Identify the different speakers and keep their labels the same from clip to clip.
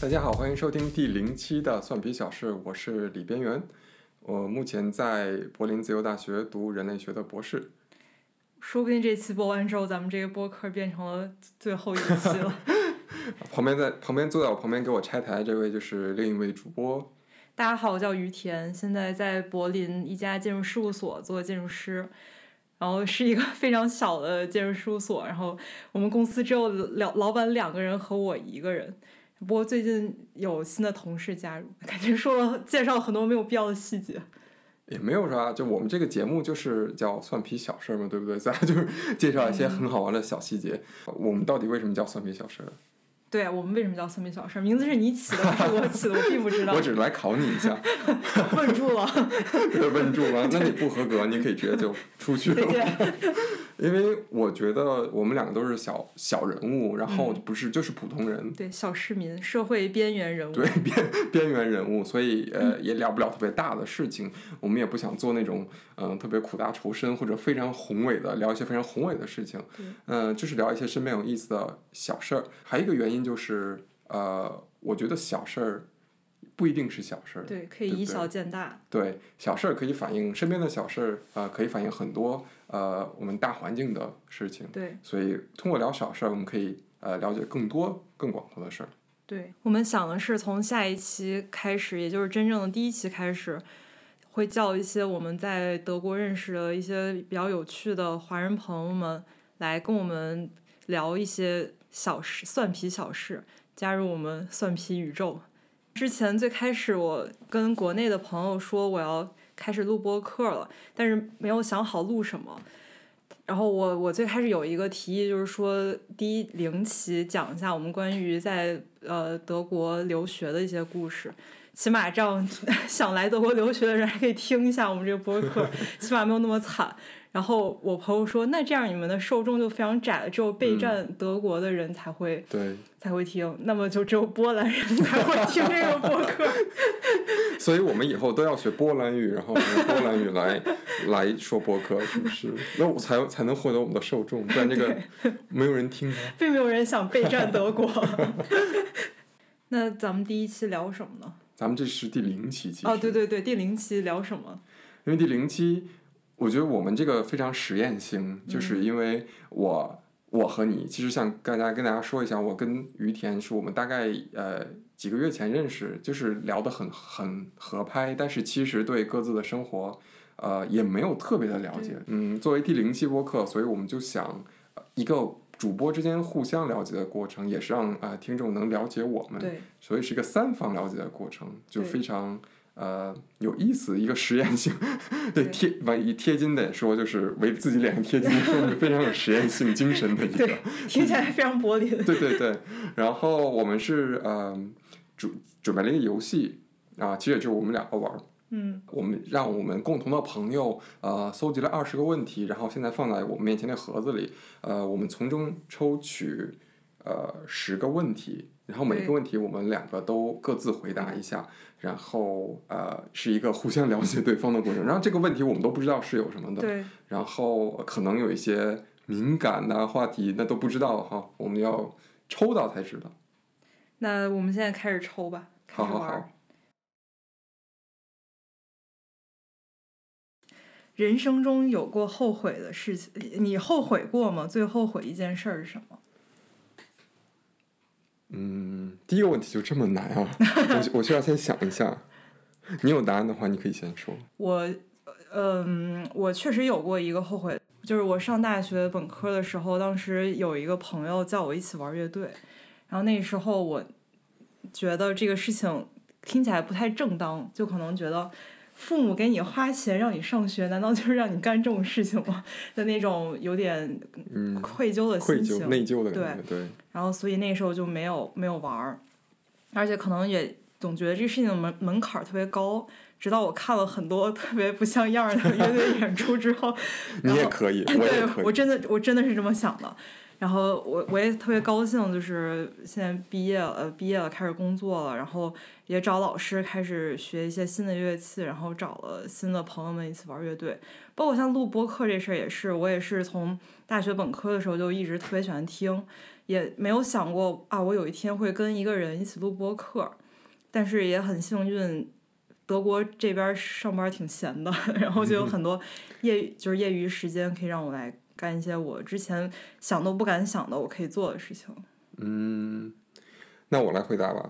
Speaker 1: 大家好，欢迎收听第零期的《蒜皮小事》，我是李边缘，我目前在柏林自由大学读人类学的博士。
Speaker 2: 说不定这期播完之后，咱们这个播客变成了最后一期了。
Speaker 1: 旁边在旁边坐在我旁边给我拆台这位就是另一位主播，
Speaker 2: 大家好，我叫于田，现在在柏林一家建筑事务所做建筑师，然后是一个非常小的建筑事务所，然后我们公司只有老老板两个人和我一个人。不过最近有新的同事加入，感觉说了介绍很多没有必要的细节。
Speaker 1: 也没有啥，就我们这个节目就是叫“蒜皮小事”嘛，对不对？咱就是介绍一些很好玩的小细节。我们到底为什么叫“蒜皮小事
Speaker 2: 对我们为什么叫蒜皮小事？名字是你起的，不是我起的，我并不知”？道
Speaker 1: 我。只是来考你一下，
Speaker 2: 问住了，
Speaker 1: 对问住了，那你不合格，你可以直接就出去
Speaker 2: 再
Speaker 1: 了。
Speaker 2: 见。
Speaker 1: 因为我觉得我们两个都是小小人物，然后不是、就是普通人，
Speaker 2: 对，小市民，社会边缘人物。
Speaker 1: 对边边缘人物，所以呃也聊不了特别大的事情。我们也不想做那种嗯、呃特别苦大仇深或者非常宏伟的聊一些非常宏伟的事情，嗯、就是聊一些身边有意思的小事儿。还有一个原因就是呃，我觉得小事儿不一定是小事儿，
Speaker 2: 对，可以
Speaker 1: 对不
Speaker 2: 以
Speaker 1: 对
Speaker 2: 小见大。
Speaker 1: 对，小事儿可以反映身边的小事儿，呃，可以反映很多呃我们大环境的事情。
Speaker 2: 对
Speaker 1: 所以通过聊小事儿，我们可以呃了解更多、更广阔的事儿。
Speaker 2: 对，我们想的是从下一期开始，也就是真正的第一期开始，会叫一些我们在德国认识的一些比较有趣的华人朋友们来跟我们聊一些小事、蒜皮小事，加入我们蒜皮宇宙。之前最开始我跟国内的朋友说我要开始录播客了，但是没有想好录什么。然后我我最开始有一个提议，就是说第一零期讲一下我们关于在呃德国留学的一些故事，起码这样 想来德国留学的人还可以听一下我们这个播客， 起码没有那么惨。然后我朋友说，那这样你们的受众就非常窄了，只有备战德国的人才会、
Speaker 1: 对，
Speaker 2: 才会听，那么就只有波兰人才会听这个播客。
Speaker 1: 所以我们以后都要学波兰语，然后用波兰语来来说播客，是不是？那我才才能获得我们的受众，不然这个没有人听的。
Speaker 2: 并没有人想备战德国。 那咱们第一期聊什么呢？
Speaker 1: 咱们这是第零期，其实
Speaker 2: 哦，对，对对，第零期聊什么？
Speaker 1: 因为第零期，我觉得我们这个非常实验性，就是因为我。我和你其实想跟大家跟大家说一下，我跟于田是我们大概呃几个月前认识，就是聊得很很合拍，但是其实对各自的生活呃也没有特别的了解。嗯，作为第零期播客，所以我们就想呃一个主播之间互相了解的过程，也是让呃听众能了解我们。
Speaker 2: 对，
Speaker 1: 所以是一个三方了解的过程，就
Speaker 2: 对
Speaker 1: 非常呃有意思，一个实验性。 对贴往以贴金的说，就是为自己脸上贴金，说是非常有实验性精神的一个。
Speaker 2: 对，听起来非常柏林。嗯
Speaker 1: 对对对，然后我们是呃准准备了一个游戏啊，其实也就是我们两个玩儿。
Speaker 2: 嗯，
Speaker 1: 我们让我们共同的朋友呃搜集了二十个问题，然后现在放在我们面前的盒子里，呃，我们从中抽取呃十个问题，然后每一个
Speaker 2: 对
Speaker 1: 问题我们两个都各自回答一下，然后呃是一个互相了解对方的过程。然后这个问题我们都不知道是有什么的，
Speaker 2: 对，
Speaker 1: 然后可能有一些敏感的话题那都不知道哈，我们要抽到才知道。
Speaker 2: 那我们现在开始抽吧，开
Speaker 1: 好
Speaker 2: 始
Speaker 1: 好
Speaker 2: 玩儿。
Speaker 1: 好，
Speaker 2: 人生中有过后悔的事情，你后悔过吗？最后悔一件事儿是什么？
Speaker 1: 嗯，第一个问题就这么难啊！我我需要先想一下。你有答案的话，你可以先说。
Speaker 2: 我，嗯，我确实有过一个后悔，就是我上大学本科的时候，当时有一个朋友叫我一起玩乐队，然后那时候我觉得这个事情听起来不太正当，就可能觉得父母给你花钱让你上学，难道就是让你干这种事情吗？的那种有点
Speaker 1: 嗯，
Speaker 2: 愧疚的
Speaker 1: 愧
Speaker 2: 心
Speaker 1: 疚、
Speaker 2: 情。
Speaker 1: 内疚的感觉，对，
Speaker 2: 然后所以那时候就没有没有玩儿，而且可能也总觉得这事情的门门槛儿特别高。直到我看了很多特别不像样儿的乐队演出之后，
Speaker 1: 你也
Speaker 2: 然后哎
Speaker 1: 可以，我也
Speaker 2: 对
Speaker 1: 可以。
Speaker 2: 我真的我真的是这么想的。然后我我也特别高兴，就是现在毕业了，呃，毕业了开始工作了，然后也找老师开始学一些新的乐器，然后找了新的朋友们一起玩乐队。包括像录播课这事儿也是，我也是从大学本科的时候就一直特别喜欢听，也没有想过啊，我有一天会跟一个人一起录播课。但是也很幸运，德国这边上班挺闲的， 然后就有很多业余，就是业余时间可以让我来干一些我之前想都不敢想的我可以做的事情。
Speaker 1: 嗯，那我来回答吧。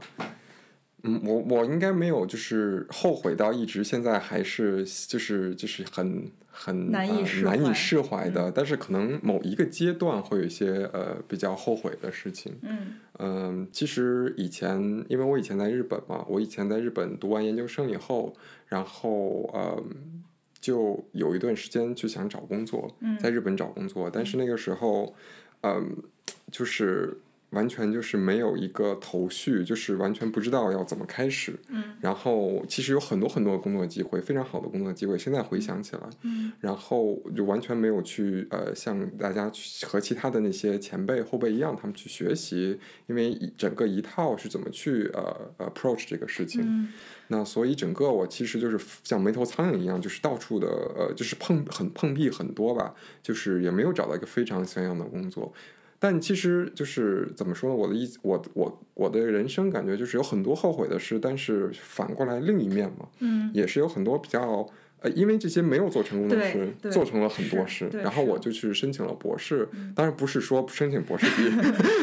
Speaker 1: 嗯，我我应该没有，就是后悔到一直现在还是就是就是很很
Speaker 2: 难以
Speaker 1: 呃
Speaker 2: 释
Speaker 1: 难
Speaker 2: 怀嗯
Speaker 1: 以释怀的，但是可能某一个阶段会有一些呃比较后悔的事情。
Speaker 2: 嗯
Speaker 1: 嗯，其实以前因为我以前在日本嘛，我以前在日本读完研究生以后，然后嗯，就有一段时间就想找工作，
Speaker 2: 嗯
Speaker 1: 在日本找工作，但是那个时候，嗯，就是完全就是没有一个头绪，就是完全不知道要怎么开始。
Speaker 2: 嗯
Speaker 1: 然后其实有很多很多的工作机会，非常好的工作机会，现在回想起来，
Speaker 2: 嗯
Speaker 1: 然后就完全没有去呃，像大家去和其他的那些前辈后辈一样，他们去学习，因为一整个一套是怎么去呃呃 approach 这个事情。
Speaker 2: 嗯
Speaker 1: 那所以整个我其实就是像没头苍蝇一样，就是到处的呃，就是碰很碰壁很多吧，就是也没有找到一个非常像样的工作。但其实就是怎么说呢？我的一我我我的人生感觉就是有很多后悔的事，但是反过来另一面嘛，
Speaker 2: 嗯
Speaker 1: 也是有很多比较呃，因为这些没有做成功的
Speaker 2: 对
Speaker 1: 事，
Speaker 2: 对
Speaker 1: 做成了很多
Speaker 2: 是
Speaker 1: 事。
Speaker 2: 对
Speaker 1: 然后
Speaker 2: 是嗯
Speaker 1: 我就去申请了博士，当然不是说申请博士 比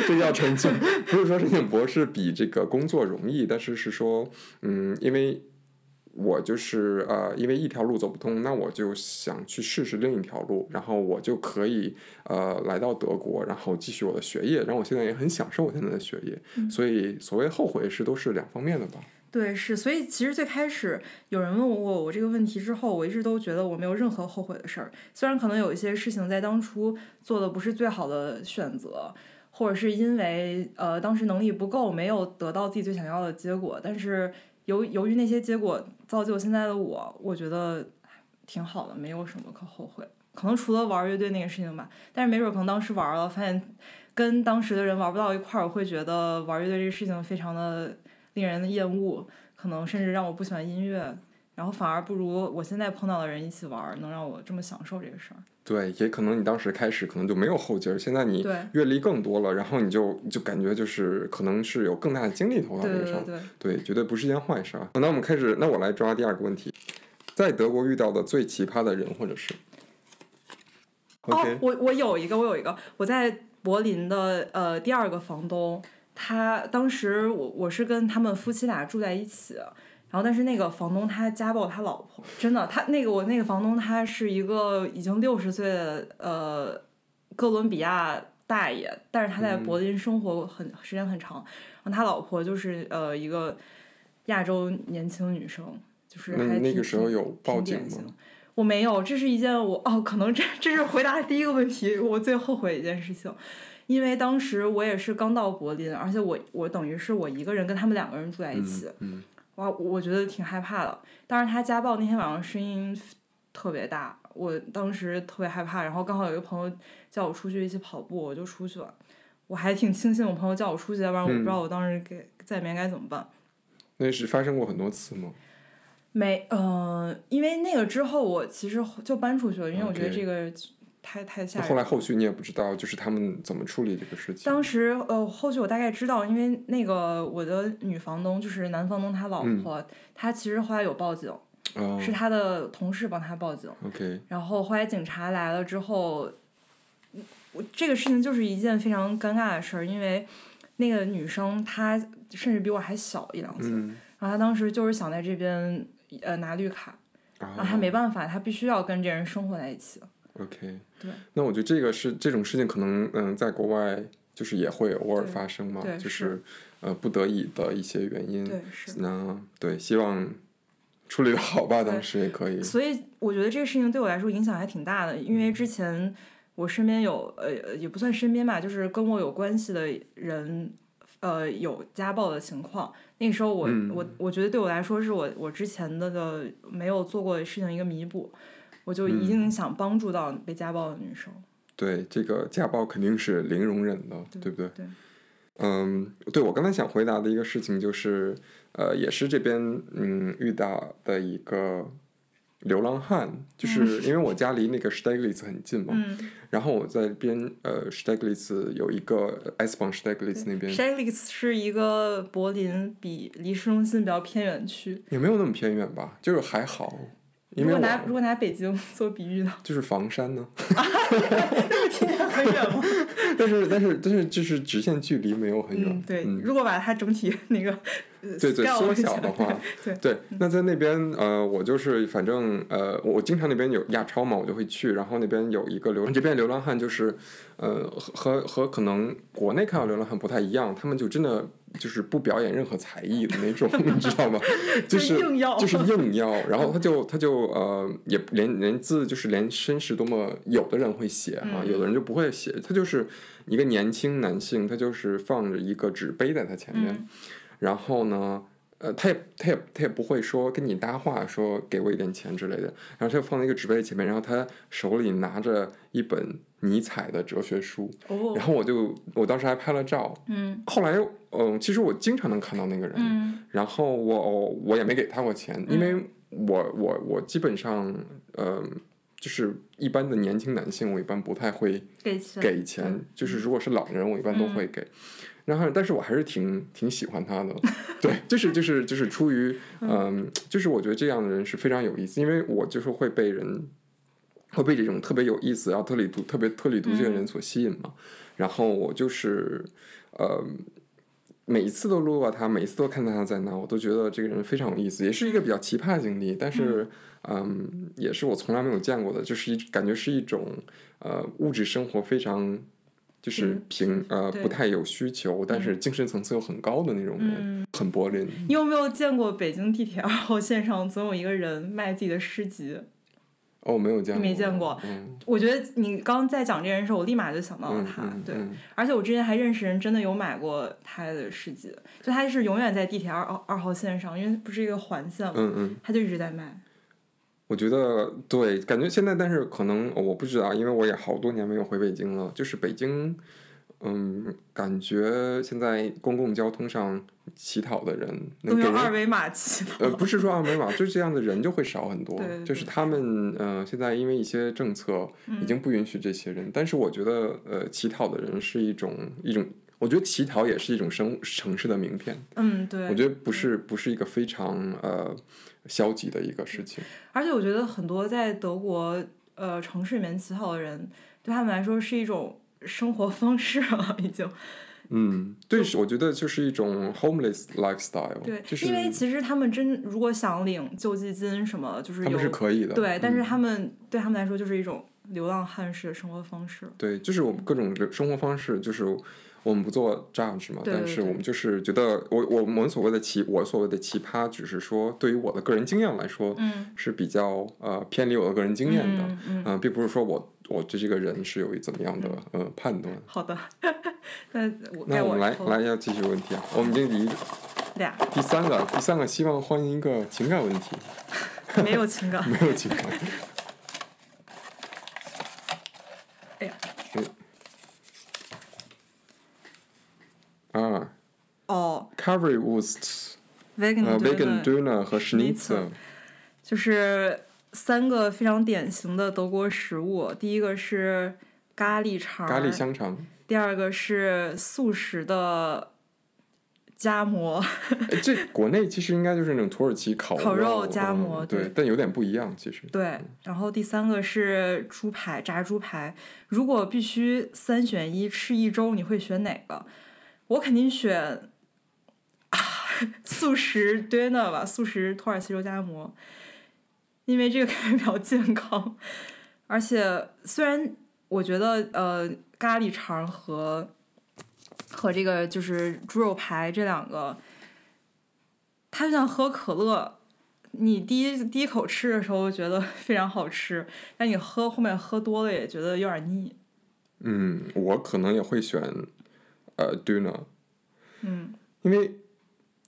Speaker 1: 这要澄清，不是说申请博士比这个工作容易，但是是说，嗯，因为。我就是呃，因为一条路走不通，那我就想去试试另一条路，然后我就可以呃来到德国，然后继续我的学业。然后我现在也很享受我现在的学业，
Speaker 2: 嗯
Speaker 1: 所以所谓后悔是都是两方面的吧。
Speaker 2: 对，是，所以其实最开始有人问我我这个问题之后，我一直都觉得我没有任何后悔的事儿。虽然可能有一些事情在当初做的不是最好的选择，或者是因为呃当时能力不够，没有得到自己最想要的结果，但是由由于那些结果造就现在的我，我觉得挺好的，没有什么可后悔。可能除了玩乐队那个事情吧，但是没准儿可能当时玩了，发现跟当时的人玩不到一块儿，我会觉得玩乐队这个事情非常的令人厌恶，可能甚至让我不喜欢音乐，然后反而不如我现在碰到的人一起玩儿，能让我这么享受这个事儿。
Speaker 1: 对，也可能你当时开始可能就没有后劲儿，现在你
Speaker 2: 对
Speaker 1: 阅历更多了，然后你就就感觉就是可能是有更大的精力投到
Speaker 2: 对
Speaker 1: 这个
Speaker 2: 对
Speaker 1: 上
Speaker 2: 对，对，
Speaker 1: 对，绝对不是一件坏事啊。那我们开始，那我来抓第二个问题，在德国遇到的最奇葩的人或者是
Speaker 2: 哦
Speaker 1: ，OK，，
Speaker 2: 我我有一个，我有一个，我在柏林的呃第二个房东，他当时我我是跟他们夫妻俩住在一起，然后但是那个房东他家暴他老婆，真的，他那个我那个房东他是一个已经六十岁的呃哥伦比亚大爷，但是他在
Speaker 1: 嗯
Speaker 2: 柏林生活很、时间很长，然后他老婆就是呃一个亚洲年轻女生，就是
Speaker 1: 那
Speaker 2: 还
Speaker 1: 你那
Speaker 2: 挺
Speaker 1: 个时候
Speaker 2: 挺
Speaker 1: 有报
Speaker 2: 挺
Speaker 1: 警
Speaker 2: 典型
Speaker 1: 吗？嗯
Speaker 2: 我没有，这是一件我哦，可能这这是回答第一个问题我最后悔的一件事情，因为当时我也是刚到柏林，而且我我等于是我一个人跟他们两个人住在一起，
Speaker 1: 嗯，
Speaker 2: 哇，我觉得挺害怕的。当时他家暴那天晚上声音特别大，我当时特别害怕。然后刚好有一个朋友叫我出去一起跑步，我就出去了。我还挺庆幸我朋友叫我出去，要不然我不知
Speaker 1: 嗯
Speaker 2: 道我当时给在里面该怎么办。
Speaker 1: 那是发生过很多次吗？
Speaker 2: 没，呃，因为那个之后我其实就搬出去了，因为我觉得
Speaker 1: OK
Speaker 2: 这个太太吓
Speaker 1: 那
Speaker 2: 人。
Speaker 1: 后来后续你也不知道，就是他们怎么处理这个事情。
Speaker 2: 当时呃，后续我大概知道，因为那个我的女房东就是男房东他老
Speaker 1: 嗯
Speaker 2: 婆，他其实后来有报警，
Speaker 1: 哦
Speaker 2: 是他的同事帮他报警，
Speaker 1: ，OK，
Speaker 2: 然后后来警察来了之后，我这个事情就是一件非常尴尬的事儿，因为那个女生她甚至比我还小一两岁，
Speaker 1: 嗯，
Speaker 2: 然后她当时就是想在这边呃拿绿卡，
Speaker 1: 然
Speaker 2: 然后她啊没办法，她必须要跟这人生活在一起。
Speaker 1: OK，
Speaker 2: 对，
Speaker 1: 那我觉得这个是这种事情，可能嗯，在国外就是也会偶尔
Speaker 2: 对
Speaker 1: 发生嘛
Speaker 2: 对，
Speaker 1: 就是呃不得已的一些原因。
Speaker 2: 对，是。
Speaker 1: 那对，希望处理的好吧，
Speaker 2: 对
Speaker 1: 当时也可以。
Speaker 2: 所以我觉得这个事情对我来说影响还挺大的，
Speaker 1: 嗯
Speaker 2: 因为之前我身边有呃呃也不算身边吧，就是跟我有关系的人，呃有家暴的情况。那个时候我、
Speaker 1: 嗯
Speaker 2: 我我觉得对我来说是我我之前的的
Speaker 1: 嗯
Speaker 2: 没有做过的事情一个弥补，我就一定想帮助到被家暴的女生。
Speaker 1: 对这个家暴肯定是零容忍的，对不对？
Speaker 2: 对，
Speaker 1: 嗯，对我刚才想回答的一个事情就是，呃，也是这边嗯遇到的一个流浪汉，就是因为我家离那个 Steglitz 很近嘛，
Speaker 2: 嗯
Speaker 1: 然后我在边呃 Steglitz 有一个 S 邦 Steglitz 那边
Speaker 2: s h e l i x 是一个柏林比离市中心比较偏远区。
Speaker 1: 也没有那么偏远吧，就是还好，因
Speaker 2: 如
Speaker 1: 为
Speaker 2: 果拿如
Speaker 1: 我
Speaker 2: 果拿北京 做比喻的，
Speaker 1: 就是房山呢，
Speaker 2: 听起来很远吗？
Speaker 1: 但是但是但是就是直线距离没有很远，
Speaker 2: 嗯，
Speaker 1: 嗯，
Speaker 2: 对。如果把它整体那个呃
Speaker 1: 对对，
Speaker 2: scale
Speaker 1: 缩
Speaker 2: 一下
Speaker 1: 小的话，
Speaker 2: 对
Speaker 1: 对，那在那边呃，我就是反正呃，我我经常那边有亚超嘛，我就会去，然后那边有一个流，这边流浪汉就是呃和和和可能国内看到流浪汉不太一样，他们就真的就是不表演任何才艺的那 种，你知道吗？就是
Speaker 2: 硬要
Speaker 1: 就是硬要，然后他就他就呃也连连字就是连绅士多么，有的人会写哈、有的人就不会写，他就是一个年轻男性，他就是放着一个纸杯在他前面。
Speaker 2: 嗯
Speaker 1: 然后呢，呃，他也他也他也不会说跟你搭话，说给我一点钱之类的。然后他就放在一个纸杯前面，然后他手里拿着一本尼采的哲学书，
Speaker 2: 哦
Speaker 1: 然，后我就我当时还拍了照。
Speaker 2: 嗯
Speaker 1: 后来，嗯、其实我经常能看到那个人，
Speaker 2: 嗯
Speaker 1: 然后我我也没给他过钱，因为我我我基本上，呃，就是一般的年轻男性，我一般不太会
Speaker 2: 给 钱
Speaker 1: 给钱，嗯就是如果是老人，我一般都会给。然后，但是我还是挺挺喜欢他的， 对，就是就是就是出于嗯、就是我觉得这样的人是非常有意思，因为我就是会被人会被这种特别有意思，然后特立独特别特立独行的人所吸引嘛。然后我就是呃，每一次都路过他，每一次都看到他在那，我都觉得这个人非常有意思，也是一个比较奇葩的经历，但是嗯也是我从来没有见过的，就是一感觉是一种呃物质生活非常。就是平呃
Speaker 2: 对
Speaker 1: 不太有需求，但是精神层次又很高的那种人，
Speaker 2: 嗯。
Speaker 1: 很柏林。
Speaker 2: 你有没有见过北京地铁二号线上总有一个人卖自己的诗集？
Speaker 1: 哦，没有见过，
Speaker 2: 没见过
Speaker 1: 嗯，
Speaker 2: 我觉得你刚在讲这件事，我立马就想到了
Speaker 1: 嗯，
Speaker 2: 他。
Speaker 1: 嗯
Speaker 2: 对，
Speaker 1: 嗯
Speaker 2: 而且我之前还认识人，真的有买过他的诗集，就他是永远在地铁二二号线上，因为不是一个环线嘛，
Speaker 1: 嗯嗯，
Speaker 2: 他就一直在卖。
Speaker 1: 我觉得对，感觉现在，但是可能哦我不知道，因为我也好多年没有回北京了。就是北京，嗯，感觉现在公共交通上乞讨的人，能
Speaker 2: 都
Speaker 1: 给
Speaker 2: 用二
Speaker 1: 人。
Speaker 2: 维码起的。
Speaker 1: 呃，不是说二维码，就是这样的人就会少很多
Speaker 2: 对对。嗯
Speaker 1: 就是他们，呃，现在因为一些政策已经不允许这些人，但是我觉得，呃，乞讨的人是一种一种，我觉得乞讨也是一种生城市的名片。
Speaker 2: 嗯，对。
Speaker 1: 我觉得不是不是一个非常呃消极的一个事情。
Speaker 2: 而且我觉得很多在德国呃城市里面乞讨的人，对他们来说是一种生活方式了，已
Speaker 1: 哦
Speaker 2: 经。
Speaker 1: 嗯，对，是我觉得就是一种 homeless lifestyle，
Speaker 2: 对，
Speaker 1: 就是
Speaker 2: 因为其实他们真如果想领救济金什么，就是
Speaker 1: 他
Speaker 2: 有
Speaker 1: 们是可以的。
Speaker 2: 对，但是
Speaker 1: 嗯
Speaker 2: 他们、对他们来说就是一种流浪汉式的生活方式。
Speaker 1: 对，就是我们各种生活方式，就是我们不做 judge 嘛，
Speaker 2: 对对
Speaker 1: 但是
Speaker 2: 对
Speaker 1: 我们就是觉得我我我们所谓的奇，我所谓的奇葩，只是说对于我的个人经验来说，
Speaker 2: 嗯，
Speaker 1: 是比较呃偏离我的个人经验的，嗯、
Speaker 2: 嗯嗯。
Speaker 1: 并不是说我我对这个人是有一怎么样的呃判断。
Speaker 2: 好的， 那我该
Speaker 1: 那我们来
Speaker 2: 抽
Speaker 1: 来要继续问题啊，我们已经离
Speaker 2: 俩，
Speaker 1: 第三个，第三个希望换一个情感问题，
Speaker 2: 没有情感。
Speaker 1: 没有情感。
Speaker 2: 哎呀，
Speaker 1: 啊
Speaker 2: 哦
Speaker 1: c o v e r y w u r s t
Speaker 2: ，vegan
Speaker 1: 呃
Speaker 2: döner
Speaker 1: ，vegan döner 和
Speaker 2: 嗯 Schnitzel
Speaker 1: schnitzel，
Speaker 2: 就是三个非常典型的德国食物，第一个是咖喱肠，
Speaker 1: 咖喱香肠。
Speaker 2: 第二个是素食的夹馍，
Speaker 1: 哎这国内其实应该就是那种土耳其烤
Speaker 2: 烤肉
Speaker 1: 肉
Speaker 2: 夹馍
Speaker 1: 嗯对
Speaker 2: 对，
Speaker 1: 但有点不一样其实。
Speaker 2: 对，然后第三个是猪排，炸猪排。如果必须三选一吃一周，你会选哪个？我肯定选、啊素食 dinner 吧，素食土耳其肉夹馍，因为这个感觉比较健康，而且虽然我觉得呃咖喱肠和和这个就是猪肉排这两个，它就像喝可乐。你第一第一口吃的时候觉得 非常好吃，但你喝后面喝多了也觉得有点腻。
Speaker 1: 嗯，我可能也会选呃 döner，
Speaker 2: 嗯
Speaker 1: 因为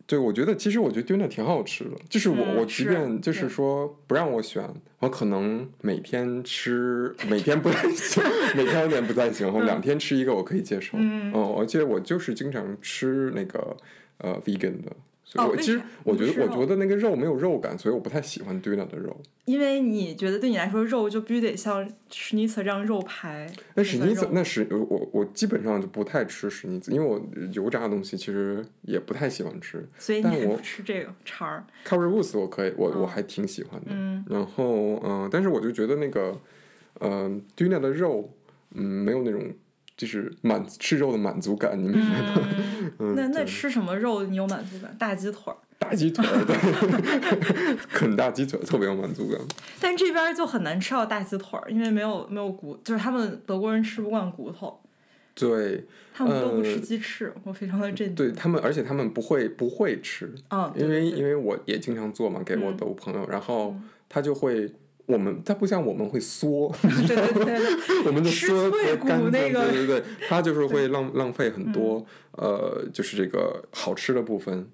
Speaker 1: 对，我觉得其实我觉得丢那挺好吃的，就是我、
Speaker 2: 嗯
Speaker 1: 我即
Speaker 2: 是
Speaker 1: 便就是
Speaker 2: 对
Speaker 1: 说不让我选，我可能每天吃，每天不太 行，每天有点不太行，然后两天吃一个我可以接受。
Speaker 2: 嗯
Speaker 1: 哦，而且我就是经常吃那个呃 vegan 的，所以
Speaker 2: 哦
Speaker 1: 我
Speaker 2: 为
Speaker 1: 其实
Speaker 2: 啥
Speaker 1: 我觉
Speaker 2: 不吃
Speaker 1: 得我
Speaker 2: 肉
Speaker 1: 觉得那个肉没有肉感，所以我不太喜欢堆那的肉。
Speaker 2: 因为你觉得对你来说肉就必须得像史尼茨这样肉排，
Speaker 1: 但
Speaker 2: 才
Speaker 1: 史
Speaker 2: 算
Speaker 1: 尼子
Speaker 2: 肉
Speaker 1: 那史我我我基本上就不太吃史尼子，因为我油炸的东西其实也不太喜欢吃。
Speaker 2: 所以你
Speaker 1: 但
Speaker 2: 还
Speaker 1: 我
Speaker 2: 不吃这个肠儿。
Speaker 1: c a r r y w u r s 我可以，我、我还挺喜欢的。
Speaker 2: 嗯
Speaker 1: 然后嗯、呃但是我就觉得那个嗯 d u n a 的肉，嗯，没有那种就是满吃肉的满足感，你明白 吗？
Speaker 2: 嗯，
Speaker 1: 嗯，
Speaker 2: 那那
Speaker 1: 对
Speaker 2: 吃什么肉你有满足感？大鸡腿儿，
Speaker 1: 大鸡腿儿，对啃大鸡腿儿特别有满足感。
Speaker 2: 但这边儿就很难吃到大鸡腿儿，因为没有没有骨，就是他们德国人吃不惯骨头，
Speaker 1: 对
Speaker 2: 他们都不吃
Speaker 1: 呃
Speaker 2: 鸡翅，我非常的震惊。
Speaker 1: 对，他们而且他们不会不会吃，
Speaker 2: 嗯，
Speaker 1: 因为因为
Speaker 2: 为
Speaker 1: 我也经常做嘛，给我的朋友，然后
Speaker 2: 嗯
Speaker 1: 他就会。我们他不像我们会缩，
Speaker 2: 对对对对，
Speaker 1: 我们的
Speaker 2: 吃
Speaker 1: 缩
Speaker 2: 脆
Speaker 1: 和
Speaker 2: 骨
Speaker 1: 干净，
Speaker 2: 那个嗯
Speaker 1: 对对对， 他就是会浪浪费很多，呃，就是这个好吃的部分。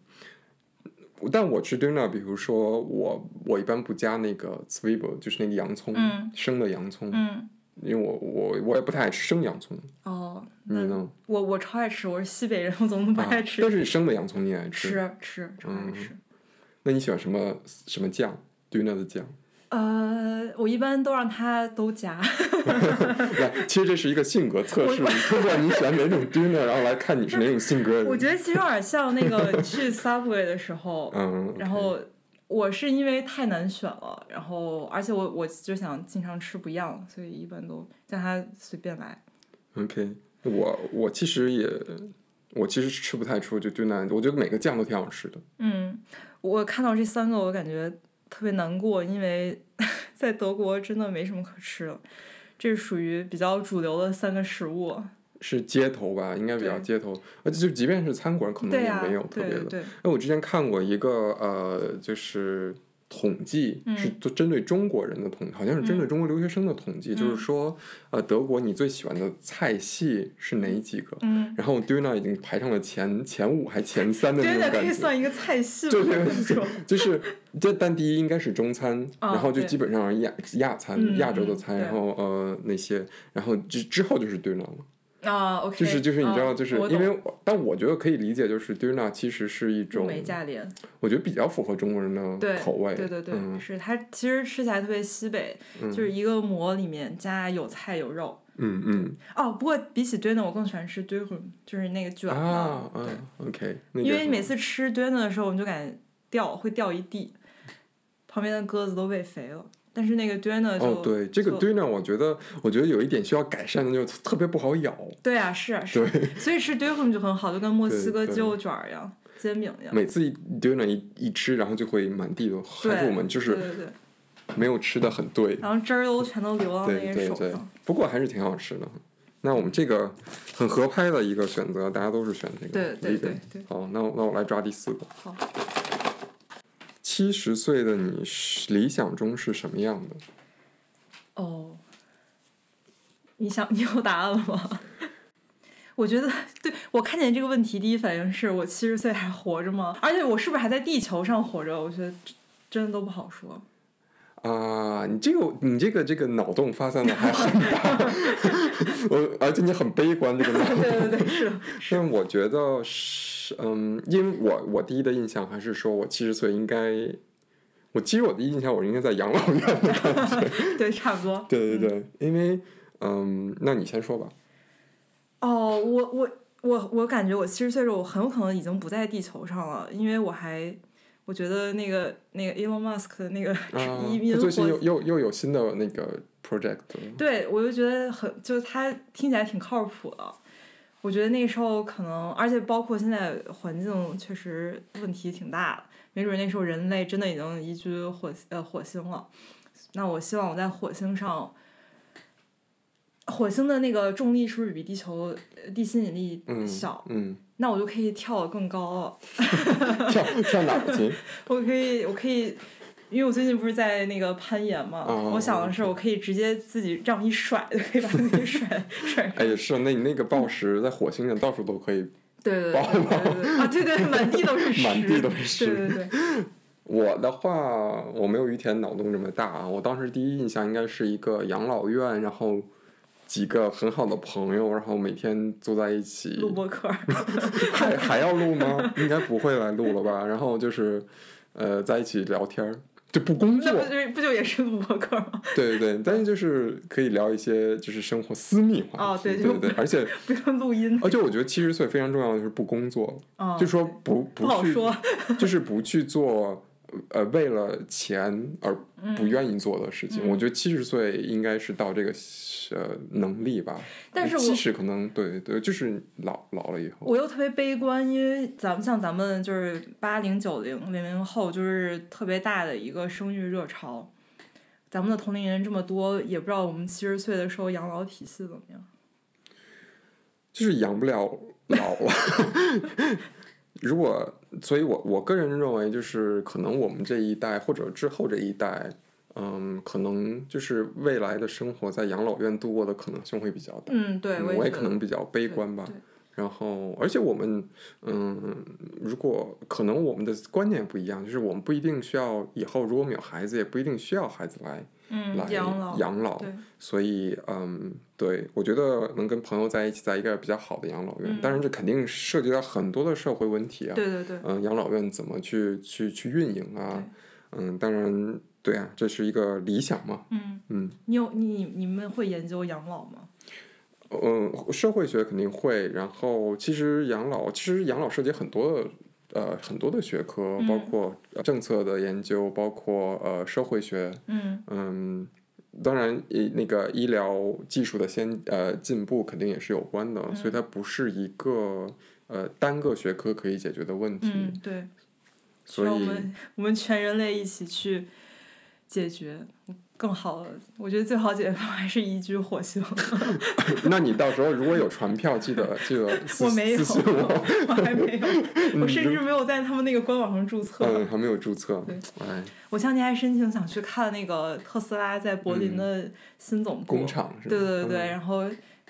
Speaker 1: 但我吃 dinner，比如说我我一般不加那个 zwiebel，就是那个洋葱，
Speaker 2: 嗯
Speaker 1: 生的洋葱，
Speaker 2: 嗯，
Speaker 1: 因为我我我也不太爱吃生洋葱，
Speaker 2: 哦，
Speaker 1: 你
Speaker 2: 那
Speaker 1: 呢？
Speaker 2: 我我超爱吃，我是西北人，我怎么不
Speaker 1: 啊
Speaker 2: 爱吃？
Speaker 1: 但是生的洋葱你也爱吃，
Speaker 2: 吃吃超爱
Speaker 1: 嗯
Speaker 2: 吃。
Speaker 1: 那你喜欢什么什么酱 d i n n e r 的酱？
Speaker 2: 呃，我一般都让他都夹，
Speaker 1: 来，其实这是一个性格测试，
Speaker 2: 我
Speaker 1: 你通过你喜欢哪种 d i n n e r 然后来看你是哪种性格的人。
Speaker 2: 我觉得其实有点像那 个去 Subway 的时候，
Speaker 1: 嗯，
Speaker 2: 然后我是因为太难选了，然后而且我我就想经常吃不一样，所以一般都让他随便来。
Speaker 1: OK，我我其实也我其实吃不太出就 d i n n e r 我觉得每个酱都挺好吃的。
Speaker 2: 嗯，我看到这三个，我感觉特别难过，因为 在德国真的没什么可吃的，这是属于比较主流的三个食物。
Speaker 1: 是街头吧，应该比较
Speaker 2: 对
Speaker 1: 街头，而且就即便是餐馆，可能
Speaker 2: 对
Speaker 1: 也
Speaker 2: 呀、
Speaker 1: 嗯没有特
Speaker 2: 对
Speaker 1: 别
Speaker 2: 对
Speaker 1: 的。
Speaker 2: 对，
Speaker 1: 那我之前看过一个呃，就是统计，
Speaker 2: 嗯
Speaker 1: 是就针对中国人的统，好像是针对中国留学生的统计，就是
Speaker 2: 嗯
Speaker 1: 说呃，德国你最喜欢的菜系是哪几个？
Speaker 2: 嗯，
Speaker 1: 然后 d u n a 已经排上了前前五还前三的那
Speaker 2: 真
Speaker 1: 种
Speaker 2: 的可
Speaker 1: 感
Speaker 2: 以
Speaker 1: 觉。
Speaker 2: 算一个菜系吧，
Speaker 1: 对对
Speaker 2: 这种
Speaker 1: 就是这，但第一应该是中餐，
Speaker 2: 啊
Speaker 1: 然后就
Speaker 2: 对
Speaker 1: 基本上亚亚餐、
Speaker 2: 嗯
Speaker 1: 亚洲的
Speaker 2: 嗯
Speaker 1: 餐，
Speaker 2: 对
Speaker 1: 然后呃那些，然后之之后就是 d u n a 了。
Speaker 2: 啊，OK，
Speaker 1: 就是就是你知道，
Speaker 2: 啊
Speaker 1: 就是
Speaker 2: 我
Speaker 1: 因为
Speaker 2: 懂
Speaker 1: 我，但我觉得可以理解，就是 d u n a 其实是一
Speaker 2: 物
Speaker 1: 种，
Speaker 2: 美价廉，
Speaker 1: 我觉得比较符合中国人
Speaker 2: 对
Speaker 1: 的口味。
Speaker 2: 对对对，
Speaker 1: 嗯
Speaker 2: 是它其实吃起来特别西北，
Speaker 1: 嗯
Speaker 2: 就是一个馍里面加有菜有肉。
Speaker 1: 嗯嗯
Speaker 2: 哦，不过比起 d ö n e 我更喜欢吃 d ö n 就是那个卷的，
Speaker 1: 啊
Speaker 2: 对
Speaker 1: 啊，OK，那个
Speaker 2: 因为每次吃 d ö n 的时候，你就感觉掉会掉一地，旁边的鸽子都喂肥了。但是那个 d ö n 就、
Speaker 1: 哦对，这个
Speaker 2: 就
Speaker 1: d u n a 我觉得我觉得有一点需要改善的，就是特别不好咬。
Speaker 2: 对啊，是啊是啊，所以吃 d ö n 就很好，就跟墨西哥
Speaker 1: 对对
Speaker 2: 鸡肉卷儿一样，煎饼一样。
Speaker 1: 每次 d u n a 一一吃，然后就会满地都，还是我们就
Speaker 2: 嗯对嗯
Speaker 1: 是
Speaker 2: 对对，
Speaker 1: 没有吃的很对。
Speaker 2: 然后汁儿都全都流到哦那
Speaker 1: 对
Speaker 2: 个
Speaker 1: 对
Speaker 2: 手
Speaker 1: 对
Speaker 2: 上。，
Speaker 1: 不过还是挺好吃的。那我们这个很合拍的一个选择，大家都是选这个。
Speaker 2: 对对对
Speaker 1: vegan
Speaker 2: 对
Speaker 1: 好，那我那我来抓第四个。
Speaker 2: 好，
Speaker 1: 七十岁的你是理想中是什么样的？
Speaker 2: 哦，你想 你有答案了吗？ 我觉得，对我看见这个问题，第一反应是我七十岁还活着吗？而且我是不是还在地球上活着？我觉得真真的都不好说。
Speaker 1: 啊，你这个你这个这个脑洞发散的还很大， 我而且你很悲观这个脑洞。
Speaker 2: 对对对，是的，
Speaker 1: 但我觉得是，嗯，因为我我第一的印象还是说我七十岁应该，我其实我的印象我应该在养
Speaker 2: 嗯
Speaker 1: 老院。
Speaker 2: 对，差不多。
Speaker 1: 对对对，因为嗯，那你先说吧。
Speaker 2: 哦，我我我我感觉我七十岁的时候，我很有可能已经不在地球上了，因为我还我觉得那个那个 Elon Musk 的那个
Speaker 1: 啊
Speaker 2: 移，民
Speaker 1: 他最近
Speaker 2: 火
Speaker 1: 又又又有新的那个 project 了
Speaker 2: 对，我就觉得很，就是他听起来挺靠谱的。我觉得那时候可能，而且包括现在环境确实问题挺大的，没准那时候人类真的已经移居火呃火星了。那我希望我在火星上，火星的那个重力是不是比地球呃地心引力
Speaker 1: 嗯，
Speaker 2: 小？
Speaker 1: 嗯，
Speaker 2: 那我就可以跳得更高了。
Speaker 1: 跳跳哪儿 去？
Speaker 2: 我可以，我可以，因为我最近不是在那个攀岩嘛，
Speaker 1: 哦
Speaker 2: 我想的是我可以直接自己这样一甩就可以把自己甩甩。
Speaker 1: 哎，也是，那你那个暴食在火星上到处都可以
Speaker 2: 对对对对对对啊，对对，满地都是石，
Speaker 1: 满地都是
Speaker 2: 对
Speaker 1: 石。
Speaker 2: 对对，
Speaker 1: 我的话，我没有于田脑洞这么大啊。我当时第一印象应该是一个养老院，然后几个很好的朋友，然后每天坐在一起，
Speaker 2: 录播客儿，
Speaker 1: 还 还要录吗？应该不会来录了吧？然后就是，呃，在一起聊天儿，就不工
Speaker 2: 那
Speaker 1: 作
Speaker 2: 不，就是不就也是录播客儿吗？
Speaker 1: 对对对，但是就是可以聊一些就是生活私密话
Speaker 2: 哦
Speaker 1: 题，
Speaker 2: 对
Speaker 1: 对
Speaker 2: 就
Speaker 1: 对，而且
Speaker 2: 不用录音
Speaker 1: 而且我觉得七十岁非常重要的就是不工作，
Speaker 2: 啊，
Speaker 1: 哦就说不
Speaker 2: 不
Speaker 1: 不
Speaker 2: 好
Speaker 1: 去，
Speaker 2: 说，
Speaker 1: 就是不去做呃为了钱而不
Speaker 2: 嗯。
Speaker 1: 愿意做的事情。
Speaker 2: 嗯
Speaker 1: 我觉得七十岁应该是到这个呃能力吧，
Speaker 2: 但是我
Speaker 1: 七十可能对对，就是老老了以后，
Speaker 2: 我又特别悲观，因为咱们像咱们就是八零九零零零后，就是特别大的一个生育热潮。咱们的同龄人这么多，也不知道我们七十岁的时候养老体系怎么样。
Speaker 1: 就是养不了老了。 如果，所以我我个人认为，就是可能我们这一代或者之后这一代，嗯，可能就是未来的生活在养老院度过的可能性会比较大。
Speaker 2: 嗯，对，
Speaker 1: 嗯
Speaker 2: 我
Speaker 1: 我也
Speaker 2: 也觉
Speaker 1: 可
Speaker 2: 得
Speaker 1: 能比较悲观吧
Speaker 2: 对。
Speaker 1: 然后，而且我们，嗯，如果可能，我们的观念不一样，就是我们不一定需要以后如果我们有孩子，也不一定需要孩子来来
Speaker 2: 嗯，养老，
Speaker 1: 养老
Speaker 2: 对，
Speaker 1: 所以，嗯，对，我觉得能跟朋友在一起，在一个比较好的养老院，当然这肯定涉及到很多的社会问题啊。
Speaker 2: 嗯对对对，
Speaker 1: 嗯，养老院怎么去去去运营啊？嗯，当然，对啊，这是一个理想嘛。
Speaker 2: 嗯，
Speaker 1: 嗯
Speaker 2: 你有你你们会研究养老吗？
Speaker 1: 嗯，社会学肯定会，然后其实养老，其实养老涉及很多的。呃，很多的学科，包
Speaker 2: 嗯
Speaker 1: 括呃政策的研究，包括呃社会学，
Speaker 2: 嗯
Speaker 1: 嗯，当然，呃，那个医疗技术的先呃进步肯定也是有关的，所以
Speaker 2: 嗯
Speaker 1: 它不是一个呃单个学科可以解决的问题。
Speaker 2: 嗯，对，需
Speaker 1: 所
Speaker 2: 要我
Speaker 1: 以，
Speaker 2: 们我们全人类一起去解决更好的。我觉得最好解决方法还是移居火星。
Speaker 1: 那你到时候如果有传票，记得记得 私
Speaker 2: 我没有，
Speaker 1: 私信 我。
Speaker 2: 我还没有，我
Speaker 1: 嗯你
Speaker 2: 甚
Speaker 1: 就
Speaker 2: 至没有在他们那个官网上注册。
Speaker 1: 嗯，还没有注册
Speaker 2: 对。
Speaker 1: 哎，
Speaker 2: 我前两天还申请想去看那个特斯拉在柏林的新总
Speaker 1: 嗯
Speaker 2: 部，
Speaker 1: 工厂是吧？
Speaker 2: 对对对，
Speaker 1: 嗯，
Speaker 2: 然后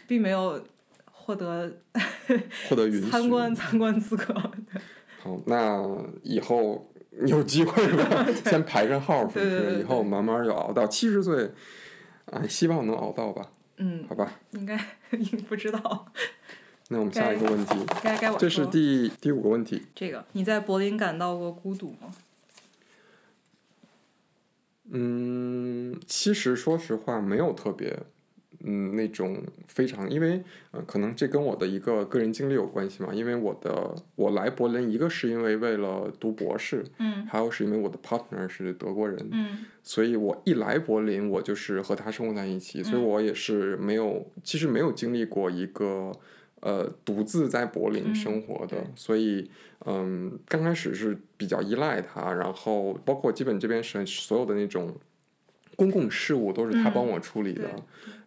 Speaker 2: 并没有获得
Speaker 1: 获得允许。
Speaker 2: 参观参观资格。
Speaker 1: 好，那以后有机会 吧，先排上号，是不
Speaker 2: 对对对
Speaker 1: 是？
Speaker 2: 对
Speaker 1: 以后慢慢就熬到七十岁，哎，希望能熬到吧？
Speaker 2: 嗯，
Speaker 1: 好吧，
Speaker 2: 应该 不知道，
Speaker 1: 那我们下一个问题，
Speaker 2: 该该我
Speaker 1: 这是
Speaker 2: 说
Speaker 1: 第第五个问题。
Speaker 2: 这个，你在柏林感到过孤独吗？
Speaker 1: 嗯，其实说实话，没有特别，嗯，那种非常，因为呃，可能这跟我的一个个人经历有关系嘛。因为我的我来柏林，一个是因为为了读博士，
Speaker 2: 嗯
Speaker 1: 还有是因为我的 partner 是德国人，
Speaker 2: 嗯
Speaker 1: 所以我一来柏林，我就是和他生活在一起，所以
Speaker 2: 嗯
Speaker 1: 我也是没有，其实没有经历过一个呃独自在柏林
Speaker 2: 嗯
Speaker 1: 生活的，
Speaker 2: 对
Speaker 1: 所以嗯，刚开始是比较依赖他，然后包括基本这边省所有的那种公共事务都是他
Speaker 2: 嗯
Speaker 1: 帮我处理的，
Speaker 2: 对，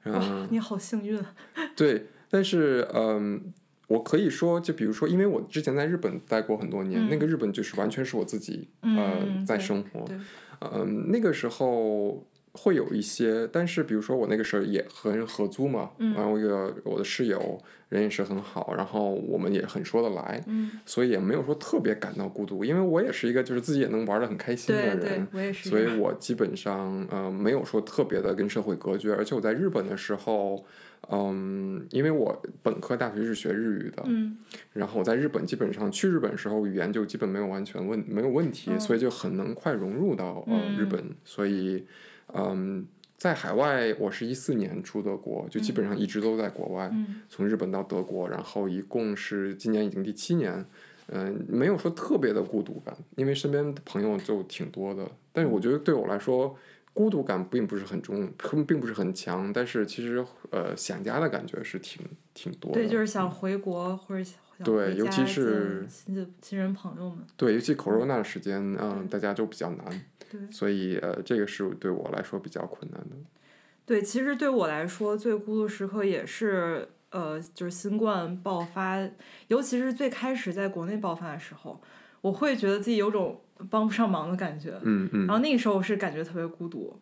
Speaker 1: 嗯、
Speaker 2: 哇，你好幸运啊！
Speaker 1: 对，但是嗯，我可以说，就比如说，因为我之前在日本待过很多年，那
Speaker 2: 嗯
Speaker 1: 个日本就是完全是我自己、呃
Speaker 2: 嗯
Speaker 1: 在
Speaker 2: 对
Speaker 1: 生活
Speaker 2: 对，
Speaker 1: 嗯，那个时候会有一些，但是比如说我那个时候也和人合租嘛，
Speaker 2: 嗯
Speaker 1: 然后一个我的室友人也是很好，然后我们也很说得来，
Speaker 2: 嗯，
Speaker 1: 所以也没有说特别感到孤独，因为我也是一个就是自己也能玩得很开心的
Speaker 2: 对
Speaker 1: 人，
Speaker 2: 对，我也是
Speaker 1: 所
Speaker 2: 这
Speaker 1: 以
Speaker 2: 样。
Speaker 1: 我基本上呃没有说特别的跟社会隔绝，而且我在日本的时候，嗯，因为我本科大学是学日语的，
Speaker 2: 嗯
Speaker 1: 然后我在日本基本上去日本时候语言就基本没有完全问没有问题，
Speaker 2: 嗯
Speaker 1: 所以就很能快融入到呃、
Speaker 2: 嗯
Speaker 1: 日本，所以嗯。在海外，我是一四年出的国，就基本上一直都在国外，
Speaker 2: 嗯
Speaker 1: 从日本到德国，然后一共是今年已经第七年，嗯、没有说特别的孤独感，因为身边的朋友就挺多的。但是我觉得对我来说，孤独感并不是很重，并不是很强，但是其实呃想家的感觉是挺挺多的。
Speaker 2: 对，就是想回国或者想想
Speaker 1: 嗯对
Speaker 2: 回
Speaker 1: 尤
Speaker 2: 家
Speaker 1: 其是
Speaker 2: 见亲亲人朋友们，
Speaker 1: 对，尤其 corona 的时间，嗯、
Speaker 2: 对
Speaker 1: 大家就比较难，
Speaker 2: 对
Speaker 1: 所以呃，这个是对我来说比较困难的。
Speaker 2: 对，其实对我来说最孤独时刻也是呃，就是新冠爆发，尤其是最开始在国内爆发的时候，我会觉得自己有种帮不上忙的感觉，
Speaker 1: 嗯嗯
Speaker 2: 然后那个时候是感觉特别孤独，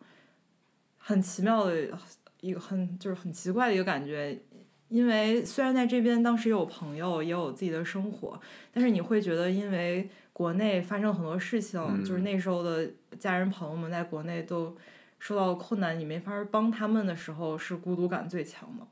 Speaker 2: 很奇妙的一个很就是很奇怪的一个感觉。因为虽然在这边当时有朋友，也有自己的生活，但是你会觉得，因为国内发生很多事情，
Speaker 1: 嗯
Speaker 2: 就是那时候的家人朋友们在国内都受到困难，你没法帮他们的时候，是孤独感最强的。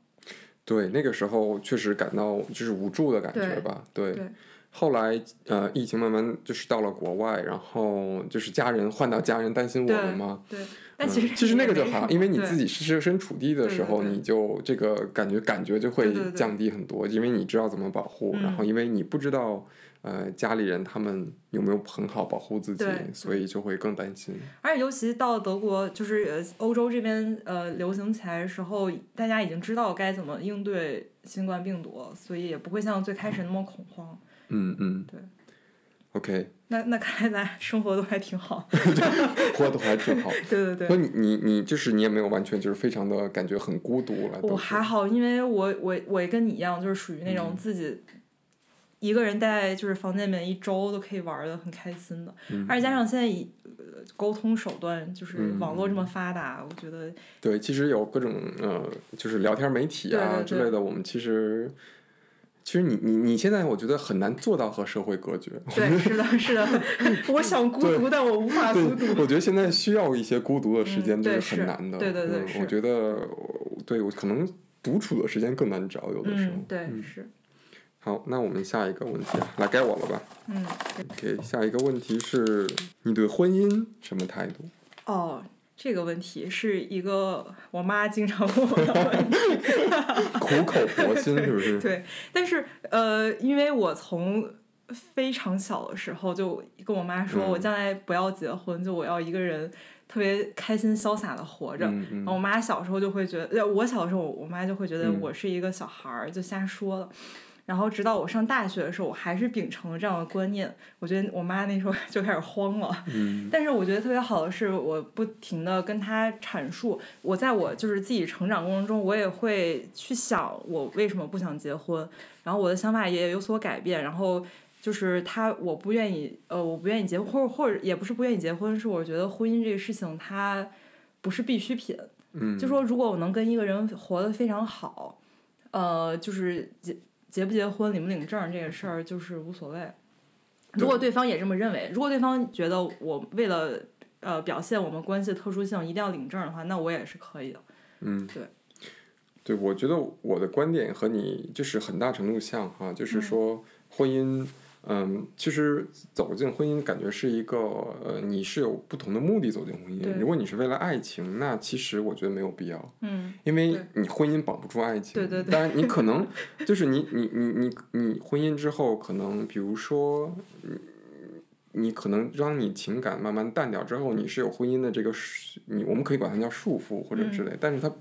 Speaker 1: 对，那个时候确实感到就是无助的感觉吧。对，
Speaker 2: 对
Speaker 1: 后来呃，疫情慢慢就是到了国外，然后就是家人换到家人担心我们嘛。
Speaker 2: 对，但其实、
Speaker 1: 嗯其实那个就还好，因为你
Speaker 2: 己。
Speaker 1: 自己设身处地的时候，
Speaker 2: 对对对
Speaker 1: 你就这个感觉感觉就
Speaker 2: 对
Speaker 1: 会
Speaker 2: 对对
Speaker 1: 降低很多，因为你知道怎么保护，
Speaker 2: 嗯
Speaker 1: 然后因为你不知道呃家里人他们有没有很好保护自己
Speaker 2: 对对，
Speaker 1: 所以就会更担心。
Speaker 2: 而且尤其到德国，就是呃欧洲这边呃流行起来的时候，大家已经知道该怎么应对新冠病毒，所以也不会像最开始那么恐慌。
Speaker 1: 嗯嗯，
Speaker 2: 对。
Speaker 1: OK，
Speaker 2: 那那看来咱生活都还挺好。
Speaker 1: 活得还挺好。
Speaker 2: 对对
Speaker 1: 那
Speaker 2: 对，
Speaker 1: 你你你就是你也没有完全就是非常的感觉很孤独了，
Speaker 2: 我
Speaker 1: 都是
Speaker 2: 还好，因为我我我也跟你一样，就是属于那种自己。一个人待在就是房间里面一周都可以玩的很开心的，而且加上现在以、呃沟通手段就是网络这么发达，我觉得
Speaker 1: 对，其实有各种呃，就是聊天媒体啊
Speaker 2: 对对对
Speaker 1: 之类的，我们其实。其实你你你现在我觉得很难做到和社会隔 绝，
Speaker 2: 对，是的，是的，我想孤独，但我无法孤独。
Speaker 1: 对，我觉得现在需要一些孤独的时间，
Speaker 2: 嗯
Speaker 1: 这
Speaker 2: 对
Speaker 1: 很
Speaker 2: 是
Speaker 1: 难的。
Speaker 2: 对对对
Speaker 1: 嗯
Speaker 2: 是
Speaker 1: 我觉得我对我可能独处的时间更难找，有的时候。
Speaker 2: 嗯，对，是，
Speaker 1: 好，那我们下一个问题啊，来该我了吧
Speaker 2: 嗯，
Speaker 1: ？OK，下一个问题是你对婚姻什么态度？
Speaker 2: 哦，这个问题是一个我妈经常问我的问题，
Speaker 1: 苦口婆心是不是？
Speaker 2: 对，但是呃，因为我从非常小的时候就跟我妈说，
Speaker 1: 嗯
Speaker 2: 我将来不要结婚，就我要一个人特别开心潇洒的活着。
Speaker 1: 嗯
Speaker 2: 然
Speaker 1: 嗯
Speaker 2: 后我妈小时候就会觉得，呃我小时候我妈就会觉得
Speaker 1: 嗯
Speaker 2: 我是一个小孩儿，就瞎说了。然后直到我上大学的时候，我还是秉承了这样的观念。我觉得我妈那时候 就开始慌了，
Speaker 1: 嗯
Speaker 2: 但是我觉得特别好的是，我不停的跟她阐述，我在我就是自己成长过程中，我也会去想我为什么不想结婚，然后我的想法也有所改变，然后。就是她，我不愿意，呃，我不愿意结婚，或者或者也不是不愿意结婚，是我觉得婚姻这个事情它不是必需品，
Speaker 1: 嗯，
Speaker 2: 就说如果我能跟一个人活得非常好，呃，就是结结不结婚、领不领证儿这个事儿就是无所谓。如果对方也这么认为，如果对方觉得我为了呃表现我们关系的特殊性一定要领证儿的话，那我也是可以的。
Speaker 1: 嗯，
Speaker 2: 对，
Speaker 1: 对，我觉得我的观点和你就是很大程度像哈，就是说婚姻，嗯其实走进婚姻感觉是一个呃，你是有不同的目的走进婚
Speaker 2: 对
Speaker 1: 姻。如果你是为了爱情，那其实我觉得没有必要，
Speaker 2: 嗯，
Speaker 1: 因为
Speaker 2: 对
Speaker 1: 你婚姻绑不住爱情。
Speaker 2: 对对对
Speaker 1: 当然，你可 能就是你你你你你婚姻之后，可能比如说你可能让你情感慢慢淡掉之后，你是有婚姻的这个束你，我们可以管它叫束缚或
Speaker 2: 嗯
Speaker 1: 者之类，但是它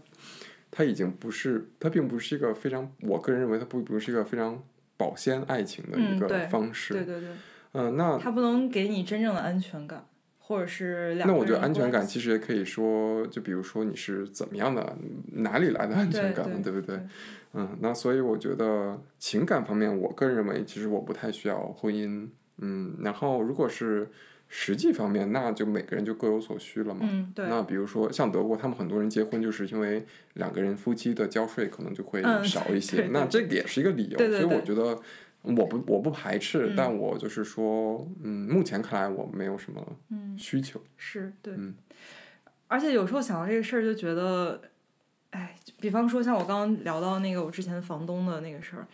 Speaker 1: 它已经不是，它并不是一个非常，我个人认为它不不是一个非常保鲜爱情的一
Speaker 2: 嗯对
Speaker 1: 个方式。
Speaker 2: 对对对，
Speaker 1: 嗯、那
Speaker 2: 他不能给你真正的安全感，或者是两
Speaker 1: 那
Speaker 2: 个
Speaker 1: 我觉得
Speaker 2: 人
Speaker 1: 安全
Speaker 2: 关
Speaker 1: 感
Speaker 2: 系
Speaker 1: 其实也可以说，就比如说你是怎么样的，哪里来的安全
Speaker 2: 对
Speaker 1: 感嘛，
Speaker 2: 对
Speaker 1: 不对
Speaker 2: 对？
Speaker 1: 嗯，那所以我觉得情感方面，我个人认为其实我不太需要婚姻。嗯，然后如果是实际方面，那就每个人就各有所需了嘛。
Speaker 2: 嗯，对，
Speaker 1: 那比如说像德国，他们很多人结婚就是因为两个人夫妻的交税可能就会
Speaker 2: 嗯
Speaker 1: 少一些，
Speaker 2: 对对
Speaker 1: 那这个也是一个理由。
Speaker 2: 对
Speaker 1: 所
Speaker 2: 对
Speaker 1: 以我觉
Speaker 2: 对
Speaker 1: 得我不我不排斥，
Speaker 2: 嗯
Speaker 1: 但我就是说，嗯，目前看来我没有什么
Speaker 2: 嗯。
Speaker 1: 需求。
Speaker 2: 是对，
Speaker 1: 嗯
Speaker 2: 而且有时候想到这个事儿就觉得，哎，就比方说像我刚刚聊到那个我之前房东的那个事儿，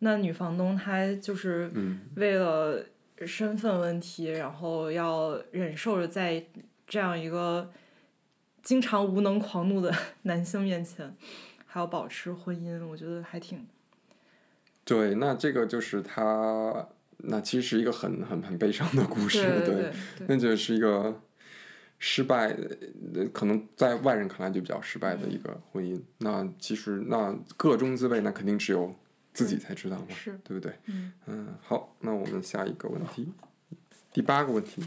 Speaker 2: 那女房东她就是
Speaker 1: 嗯
Speaker 2: 为了身份问题，然后要忍受着在这样一个经常无能狂怒的 男性面前，还要保持婚姻，我觉得还挺
Speaker 1: 对，那这个就是他，那其实是一个很很很悲伤的故事，
Speaker 2: 对对对，
Speaker 1: 那就是一个失败，呃可能在外人看来就比较失败的一个婚姻。那其实那个中滋味，那肯定只有自己才知道嘛，
Speaker 2: 嗯是
Speaker 1: 对不对？
Speaker 2: 嗯
Speaker 1: 嗯，好，那我们下一个问题，第八个问题，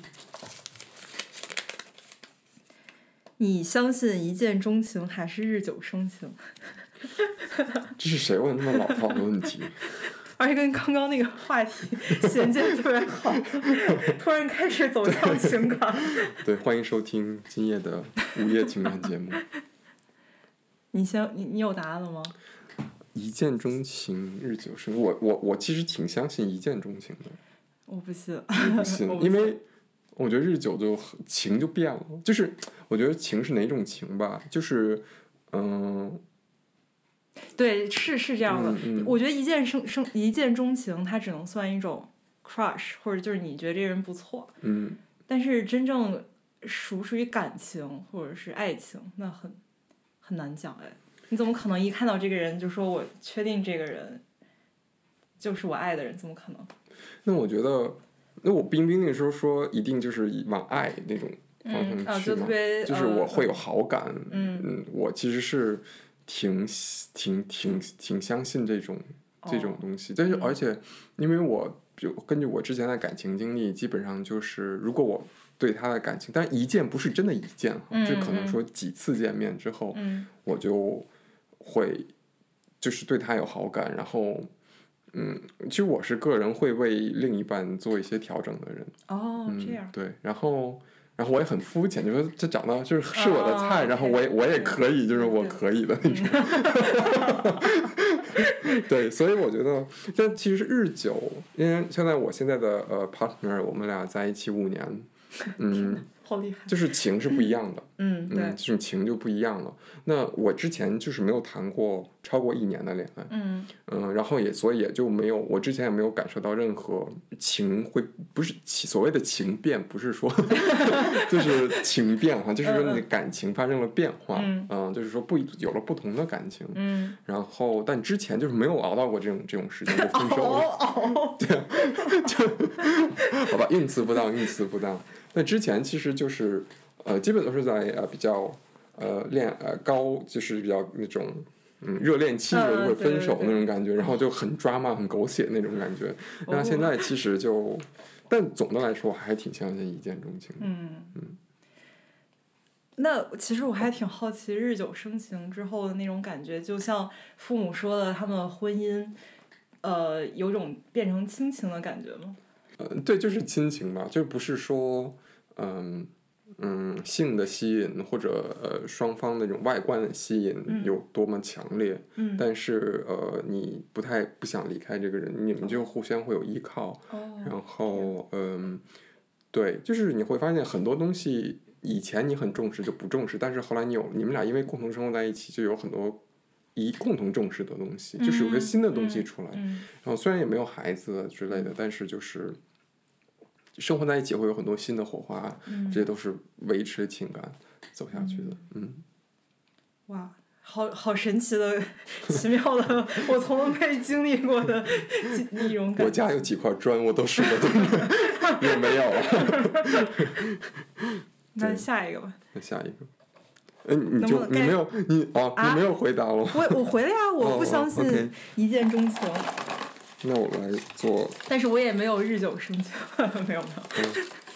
Speaker 2: 你相信一见钟情还是日久生情？
Speaker 1: 这是谁问这么老套的问题？
Speaker 2: 而且跟刚刚那个话题衔接得特别好， 突然开始走向情感。
Speaker 1: 对，欢迎收听今夜的午夜情感节目。
Speaker 2: 你先，你你有答案了吗？
Speaker 1: 一见钟情，日久生。我我我其实挺相信一见钟情的，
Speaker 2: 我不信，
Speaker 1: 我不信
Speaker 2: 我，不
Speaker 1: 因
Speaker 2: 信
Speaker 1: 为我觉得日久就很情就变了，就是我觉得情是哪种情吧，就是嗯、
Speaker 2: 对，是是这样的。
Speaker 1: 嗯嗯
Speaker 2: 我觉得一见生生一见钟情，它只能算一种 crush，或者就是你觉得这人不错。
Speaker 1: 嗯，
Speaker 2: 但是真正属属于感情或者是爱情，那很很难讲哎。你怎么可能一看到这个人就说我确定这个人就是我爱的人？怎么可能？
Speaker 1: 那我觉得，那我冰冰那时候说一定就是以往爱那种方向
Speaker 2: 嗯
Speaker 1: 去嘛，
Speaker 2: 啊，就特别
Speaker 1: 就是
Speaker 2: 呃
Speaker 1: 我会有好感，
Speaker 2: 嗯
Speaker 1: 我其实是挺挺挺挺相信这种这
Speaker 2: 哦
Speaker 1: 种东西，但是
Speaker 2: 嗯
Speaker 1: 而且因为我就根据我之前的感情经历，基本上就是如果我对他的感情，但一见不是真的一见哈，
Speaker 2: 嗯
Speaker 1: 就可
Speaker 2: 嗯
Speaker 1: 能说几次见面之后，
Speaker 2: 嗯
Speaker 1: 我就会就是对他有好感，然后。嗯，其实我是个人会为另一半做一些调整的人，
Speaker 2: 哦
Speaker 1: 嗯，
Speaker 2: 这样
Speaker 1: 对，然后然后我也很肤浅，就说这长得就是是我的
Speaker 2: 啊
Speaker 1: 菜，然后我也我也可以，就是我
Speaker 2: 对
Speaker 1: 可以的那种。 对，所以我觉得，但其实日久，因为现在我现在的呃 partner，我们俩在一起五年，嗯，
Speaker 2: 好厉害。
Speaker 1: 就是情是不一样的，
Speaker 2: 嗯， 对，
Speaker 1: 嗯，这种情就不一样了。那我之前就是没有谈过超过一年的恋爱，
Speaker 2: 嗯
Speaker 1: 嗯，然后也所以也就没有，我之前也没有感受到任何情会不是情所谓的情变，不是说 就是情变哈，就是说你的感情发生了变化，
Speaker 2: 嗯
Speaker 1: 嗯就是说不有了不同的感情，
Speaker 2: 嗯，
Speaker 1: 然后但之前就是没有熬到过这种这种时间就分手了，
Speaker 2: 哦，
Speaker 1: 好吧，运气不当，运气不当。那之前其实就是呃，基本都是在呃比较呃恋呃高，就是比较那种嗯热恋期的时候就会
Speaker 2: 嗯对
Speaker 1: 分手
Speaker 2: 对对哦
Speaker 1: 那种感觉，然后就很抓马、很狗血那种感觉。那现在其实就，但总的来说，我还挺相信一见钟情的。
Speaker 2: 嗯嗯。那其实我还挺好奇，日久生情之后的那种感觉，就像父母说的，他们婚姻，呃，有种变成亲情的感觉吗？
Speaker 1: 呃，对，就是亲情嘛，就不是说，嗯嗯，性的吸引或者呃双方那种外观的吸引
Speaker 2: 嗯
Speaker 1: 有多么强烈，
Speaker 2: 嗯
Speaker 1: 但是呃，你不太不想离开这个人，你们就互相会有依靠，
Speaker 2: 哦，
Speaker 1: 然后嗯，对，就是你会发现很多东西。以前你很重视就不重视，但是后来你有你们俩因为共同生活在一起，就有很多一共同重视的东西，就是有些
Speaker 2: 嗯
Speaker 1: 新的东
Speaker 2: 嗯
Speaker 1: 西出来。
Speaker 2: 嗯
Speaker 1: 然后虽然也没有孩子之类的，但是就是生活在一起会有很多新的火花，
Speaker 2: 嗯
Speaker 1: 这，些都是维持情感走下去的。嗯，
Speaker 2: 哇，好好神奇的、 奇妙的， 我从来没经历过的一种
Speaker 1: 我
Speaker 2: 感觉。
Speaker 1: 家有几块砖，我都舍不得， 也没有了。
Speaker 2: 那
Speaker 1: 对
Speaker 2: 下一个吧，
Speaker 1: 那下一个，哎，你
Speaker 2: 能不
Speaker 1: 就
Speaker 2: 能
Speaker 1: 你
Speaker 2: 该
Speaker 1: 没有你哦，
Speaker 2: 啊
Speaker 1: 你没有回答我。
Speaker 2: 我我回了呀，我不
Speaker 1: 哦
Speaker 2: 相信
Speaker 1: ，OK
Speaker 2: 一见钟情。
Speaker 1: 那我来做，
Speaker 2: 但是我也没有日久生情， 没有没有。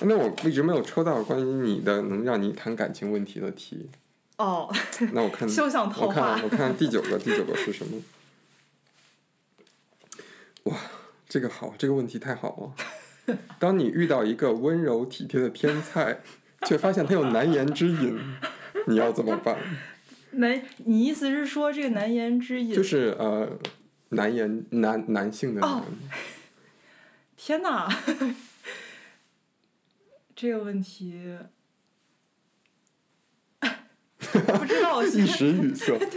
Speaker 1: 那我一直没有抽到关于你的能让你谈感情问题的题。
Speaker 2: 哦，
Speaker 1: 那我看
Speaker 2: 休 想套
Speaker 1: 我
Speaker 2: 话
Speaker 1: 看我看第九个，第九个是什么？哇，这个好，这个问题太好了。当你遇到一个温柔体贴的天才，却发现他有难言之隐，你要怎么 办？
Speaker 2: 难，你意思是说这个难言之隐？
Speaker 1: 就是呃，难言男男性的难，
Speaker 2: 哦天哪， 这个问 题不知道。
Speaker 1: 一时语塞。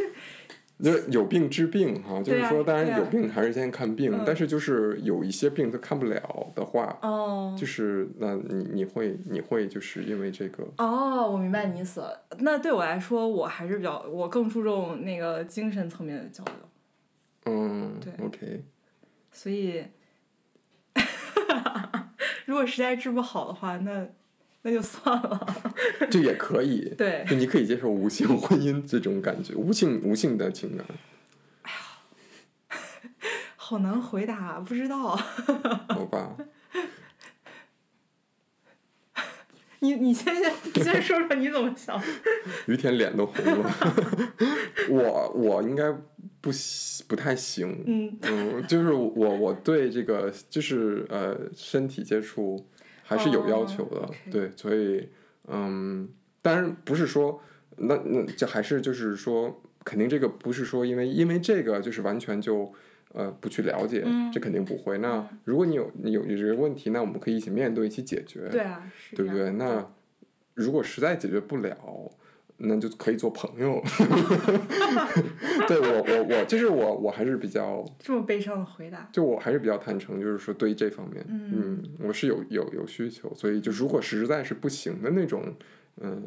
Speaker 1: 就是有病治病哈，就
Speaker 2: 对
Speaker 1: 是
Speaker 2: 啊
Speaker 1: 说，当
Speaker 2: 对
Speaker 1: 然
Speaker 2: 啊
Speaker 1: 有病还是先看病，
Speaker 2: 嗯
Speaker 1: 但是就是有一些病他看不了的话，
Speaker 2: 哦
Speaker 1: 就是那你你会你会就是因为这个
Speaker 2: 哦，我明白你意思了。那对我来说，我还是比较，我更注重那个精神层面的交流，
Speaker 1: 嗯
Speaker 2: 对
Speaker 1: ，OK，
Speaker 2: 所以 如果实在治不好的话，那那就算了。，
Speaker 1: 这也可以
Speaker 2: 对，
Speaker 1: 就你可以接受无性婚姻这种感觉，无性无性的情感，
Speaker 2: 好难回答，不知道。
Speaker 1: 好吧？
Speaker 2: 你你先先你先说说你怎么 想？
Speaker 1: 于田脸都红了， 我我应该不喜不太行，
Speaker 2: 嗯，
Speaker 1: 嗯，就是我我对这个就是呃身体接触还是有要求的，
Speaker 2: 哦，OK
Speaker 1: 对，所以嗯，当然不是说那那这还是就是说肯定这个不是说因为因为这个就是完全就呃不去了解，
Speaker 2: 嗯
Speaker 1: 这肯定不会。那如果你有你有你这个问题，那我们可以一起面对，一起解决，
Speaker 2: 对啊，是
Speaker 1: 对不
Speaker 2: 这样
Speaker 1: 对？那如果实在解决不了，那就可以做朋友。 对我我我就是我我还是比较
Speaker 2: 这么悲伤的回答，
Speaker 1: 就我还是比较坦诚，就是说对于这方面，
Speaker 2: 嗯
Speaker 1: 我是有有有需求，所以就如果实在是不行的那种，嗯，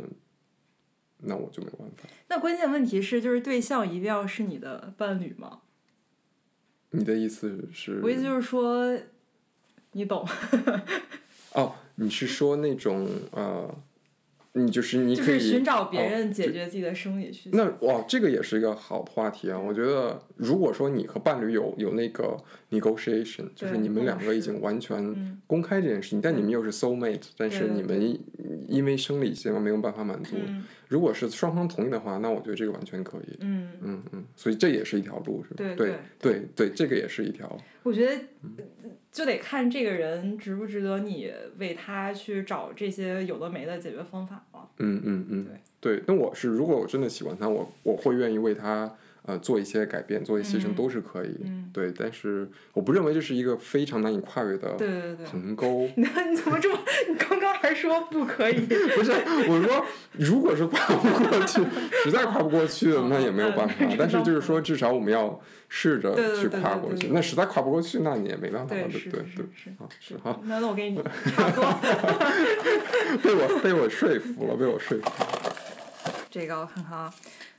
Speaker 1: 那我就没办法。
Speaker 2: 那关键问题是，就是对象一定要是你的伴侣吗？
Speaker 1: 你的意思是？
Speaker 2: 我意思就是说，你懂，
Speaker 1: 哦，你是说那种呃，你就是你
Speaker 2: 就
Speaker 1: 可以、
Speaker 2: 是寻找别
Speaker 1: 哦
Speaker 2: 人解
Speaker 1: 就
Speaker 2: 决自己的生理需求。
Speaker 1: 那哇，这个也是一个好的话题啊！我觉得，如果说你和伴侣有有那个 negotiation，就是
Speaker 2: 对
Speaker 1: 你们两
Speaker 2: 共
Speaker 1: 个已
Speaker 2: 识
Speaker 1: 经完全
Speaker 2: 嗯
Speaker 1: 公开这件事情，但你们又是 soul mate，但是
Speaker 2: 对
Speaker 1: 你们因因为生理结构没有办法满足，
Speaker 2: 嗯
Speaker 1: 如果是双方同意的话，那我觉得这个完全可以。
Speaker 2: 嗯，
Speaker 1: 嗯嗯，所以这也是一条路，是吧？
Speaker 2: 对
Speaker 1: 对嗯对对，这个也是一条。
Speaker 2: 我觉得就得看这个人值不值得你为他去找这些有的没的解决方法了。
Speaker 1: 嗯嗯嗯，对。那我是如果我真的喜欢他，我我会愿意为他呃做一些改变，做一些牺牲
Speaker 2: 嗯
Speaker 1: 都是可以。
Speaker 2: 嗯
Speaker 1: 对，但是我不认为这是一个非常难以跨越的
Speaker 2: 对对对对。
Speaker 1: 鸿沟。
Speaker 2: 那你怎么这么？你刚刚还说不可以，
Speaker 1: 不是，我说，如果是跨不过去，实在跨不过去了，那也没有办法
Speaker 2: 嗯。
Speaker 1: 但是就是说，至少我们要试着
Speaker 2: 对对对
Speaker 1: 去
Speaker 2: 对
Speaker 1: 跨
Speaker 2: 对
Speaker 1: 过
Speaker 2: 对
Speaker 1: 去。
Speaker 2: 对
Speaker 1: 那实在跨不过去，那你也没办法了，对
Speaker 2: 是
Speaker 1: 不对
Speaker 2: 是？
Speaker 1: 对
Speaker 2: 是，是。
Speaker 1: 啊，是哈，
Speaker 2: 那那我给你差不多。
Speaker 1: 被我被我说服了，被我说服了。
Speaker 2: 这个我看看啊，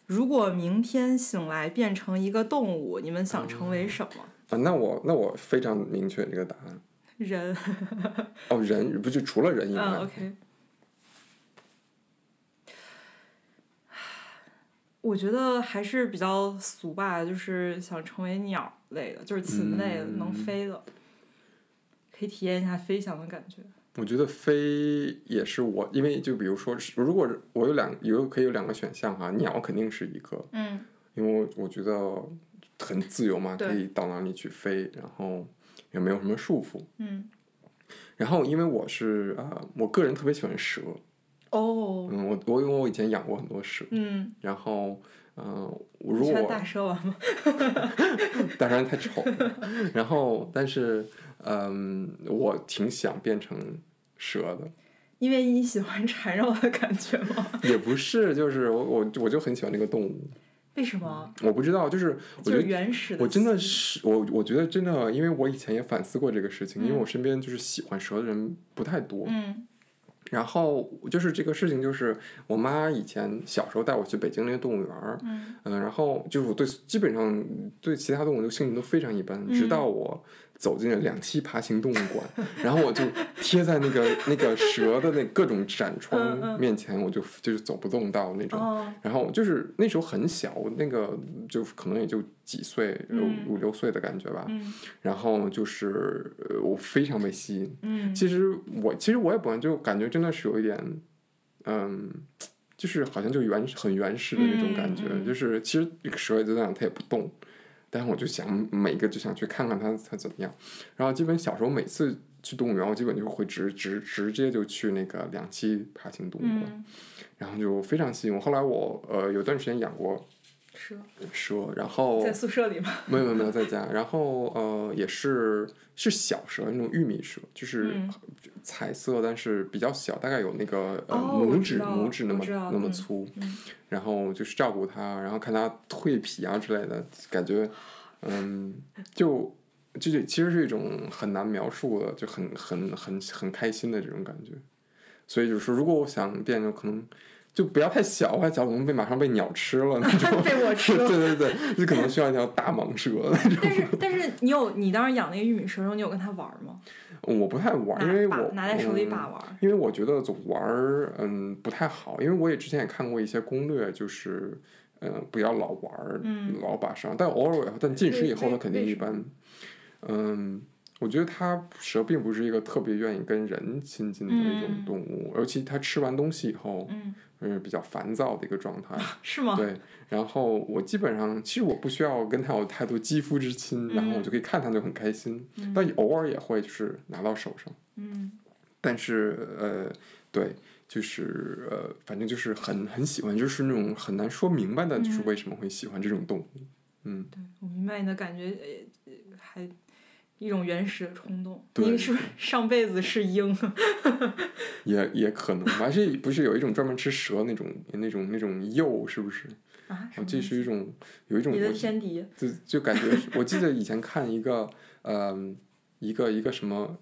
Speaker 2: 如果明天醒来变成一个动物，你们想成为什么？
Speaker 1: 啊，那我那我非常明确这个答案。
Speaker 2: 人。
Speaker 1: 哦，人不就除了人以
Speaker 2: 嗯
Speaker 1: 外，
Speaker 2: ，OK。我觉得还是比较俗吧，就是想成为鸟类的，就是禽类的，能
Speaker 1: 嗯
Speaker 2: 飞的，可以体验一下飞翔的感觉。
Speaker 1: 我觉得飞也是我，因为就比如说是，如果我有两有可以有两个选项哈、鸟肯定是一个，
Speaker 2: 嗯，
Speaker 1: 因为我我觉得很自由嘛，
Speaker 2: 对
Speaker 1: 可以到哪里去飞，然后也没有什么束缚。
Speaker 2: 嗯，
Speaker 1: 然后因为我是呃，我个人特别喜欢蛇，
Speaker 2: 哦，
Speaker 1: 嗯，我我因为我以前养过很多蛇，
Speaker 2: 嗯，
Speaker 1: 然后嗯、呃我如
Speaker 2: 你
Speaker 1: 果
Speaker 2: 看大蛇丸吗？
Speaker 1: 当然太丑了， 然后但是嗯、我挺想变成蛇的。
Speaker 2: 因为你喜欢缠绕的感觉吗？
Speaker 1: 也不是，就是我我我就很喜欢这个动物，
Speaker 2: 为什么？
Speaker 1: 我不知道，就是嗯我
Speaker 2: 就
Speaker 1: 觉
Speaker 2: 是
Speaker 1: 得
Speaker 2: 原始的，
Speaker 1: 我真的是我我觉得真的，因为我以前也反思过这个事情，因为
Speaker 2: 嗯
Speaker 1: 我身边就是喜欢蛇的人不太多，
Speaker 2: 嗯
Speaker 1: 然后就是这个事情就是我妈以前小时候带我去北京那个动物园儿，
Speaker 2: 嗯
Speaker 1: 嗯、然后就是我对基本上对其他动物的兴趣都非常一般，直
Speaker 2: 嗯
Speaker 1: 到我走进了两栖爬行动物馆，然后我就贴在那个那个蛇的那各种展
Speaker 2: 嗯
Speaker 1: 窗
Speaker 2: 嗯
Speaker 1: 面前，我就就是走不动道那种。
Speaker 2: 哦，
Speaker 1: 然后就是那时候很小，那个就可能也就几岁，
Speaker 2: 嗯
Speaker 1: 五五六岁的感觉吧。
Speaker 2: 嗯
Speaker 1: 然后就是呃我非常被吸引。
Speaker 2: 嗯，
Speaker 1: 其实我其实我也本来就感觉真的是有一点，嗯，就是好像就原很原始的那种感觉，
Speaker 2: 嗯嗯嗯
Speaker 1: 就是其实这个蛇也就那样，它也不动。但是我就想每个就想去看看它它怎么样。然后基本小时候每次去动物园，我基本就会直直直接就去那个两栖爬行动物馆。
Speaker 2: 嗯
Speaker 1: 然后就非常吸引我。后来我呃有段时间养过
Speaker 2: 是
Speaker 1: 蛇，然后
Speaker 2: 在宿舍里吗？
Speaker 1: 没有没有没有在家，然后呃也是是小蛇那种玉米蛇，就是
Speaker 2: 嗯
Speaker 1: 彩色但是比较小，大概有那个呃、
Speaker 2: 哦我
Speaker 1: 拇
Speaker 2: 知
Speaker 1: 指
Speaker 2: 道
Speaker 1: 拇指那
Speaker 2: 我
Speaker 1: 么
Speaker 2: 知道
Speaker 1: 那么
Speaker 2: 嗯
Speaker 1: 粗，
Speaker 2: 嗯
Speaker 1: 然后就是照顾它，然后看它蜕皮啊之类的感觉，嗯，就就就其实是一种很难描述的，就很很很很开心的这种感觉。所以就是说，如果我想变，就可能就不要太小，太小可能被马上被鸟吃了那种。
Speaker 2: 被我吃
Speaker 1: 对对
Speaker 2: 了。
Speaker 1: 对，就可能需要一条大蟒蛇。
Speaker 2: 但是但是你有你当时养那个玉米蛇的时候，你有跟它玩吗？
Speaker 1: 我不太玩，因
Speaker 2: 拿
Speaker 1: 为
Speaker 2: 把
Speaker 1: 我
Speaker 2: 拿在手里
Speaker 1: 嗯
Speaker 2: 把玩。
Speaker 1: 因为我觉得总玩儿，嗯，不太好。因为我也之前也看过一些攻略，就是，呃，不要老玩儿，
Speaker 2: 嗯
Speaker 1: 老把伤。但偶尔也，但进食以后
Speaker 2: 为
Speaker 1: 呢，肯定
Speaker 2: 为
Speaker 1: 一
Speaker 2: 什么
Speaker 1: 般。嗯，我觉得它蛇并不是一个特别愿意跟人亲近的一种
Speaker 2: 嗯
Speaker 1: 动物，尤其它吃完东西以后，
Speaker 2: 嗯，
Speaker 1: 嗯、比较烦躁的一个状 态。
Speaker 2: 是吗？
Speaker 1: 对，然后我基本上其实我不需要跟它有太多肌肤之亲，然后我
Speaker 2: 嗯
Speaker 1: 就可以看它就很开心。但偶尔也会就是拿到手上。
Speaker 2: 嗯
Speaker 1: 但是呃，对，就是呃，反正就是很很喜欢，就是那种很难说明白的，
Speaker 2: 嗯
Speaker 1: 就是为什么会喜欢这种动物。嗯，
Speaker 2: 对我明白你的感觉，呃呃还一种原始的冲动。
Speaker 1: 对
Speaker 2: 你是不是上辈子是鹰？
Speaker 1: 也也可能吧，这不是有一种专门吃蛇那种那种那种鼬，是不是？
Speaker 2: 啊，
Speaker 1: 哦，这
Speaker 2: 什么
Speaker 1: 是一种有一种
Speaker 2: 你的
Speaker 1: 我
Speaker 2: 天敌。
Speaker 1: 就就感觉是，我记得以前看一个，嗯、一个一个什么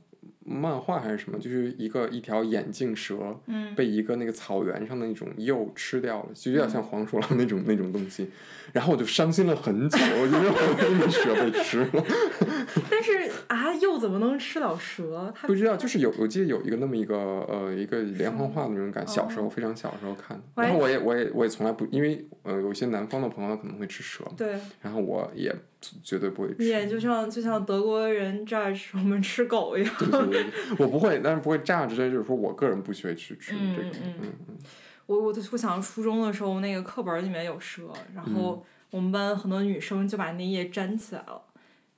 Speaker 1: 漫画还是什么，就是一个一条眼镜蛇
Speaker 2: 嗯
Speaker 1: 被一个那个草原上的那种鼬吃掉了，就有
Speaker 2: 嗯
Speaker 1: 点像黄鼠狼那种那种东西，然后我就伤心了很久，我就认为那个蛇被吃了，
Speaker 2: 但是啊，鼬怎么能吃到蛇？它
Speaker 1: 不知道，就是有我记得有一个那么一个呃一个连环画的那种感，
Speaker 2: 哦
Speaker 1: 小时候非常小的时候看，
Speaker 2: 我还
Speaker 1: 然后我也我也我也从来不，因为呃有些南方的朋友可能会吃蛇，
Speaker 2: 对，
Speaker 1: 然后我也绝对不会吃，
Speaker 2: 你也就像就像德国人 judge 我们吃狗一样。
Speaker 1: 对对对，对我不会，但是不会炸之类，就是说我个人不学去吃
Speaker 2: 嗯
Speaker 1: 这个，
Speaker 2: 嗯
Speaker 1: 嗯
Speaker 2: 我我我想初中的时候，那个课本里面有蛇，然
Speaker 1: 嗯
Speaker 2: 后我们班很多女生就把那页粘起来了，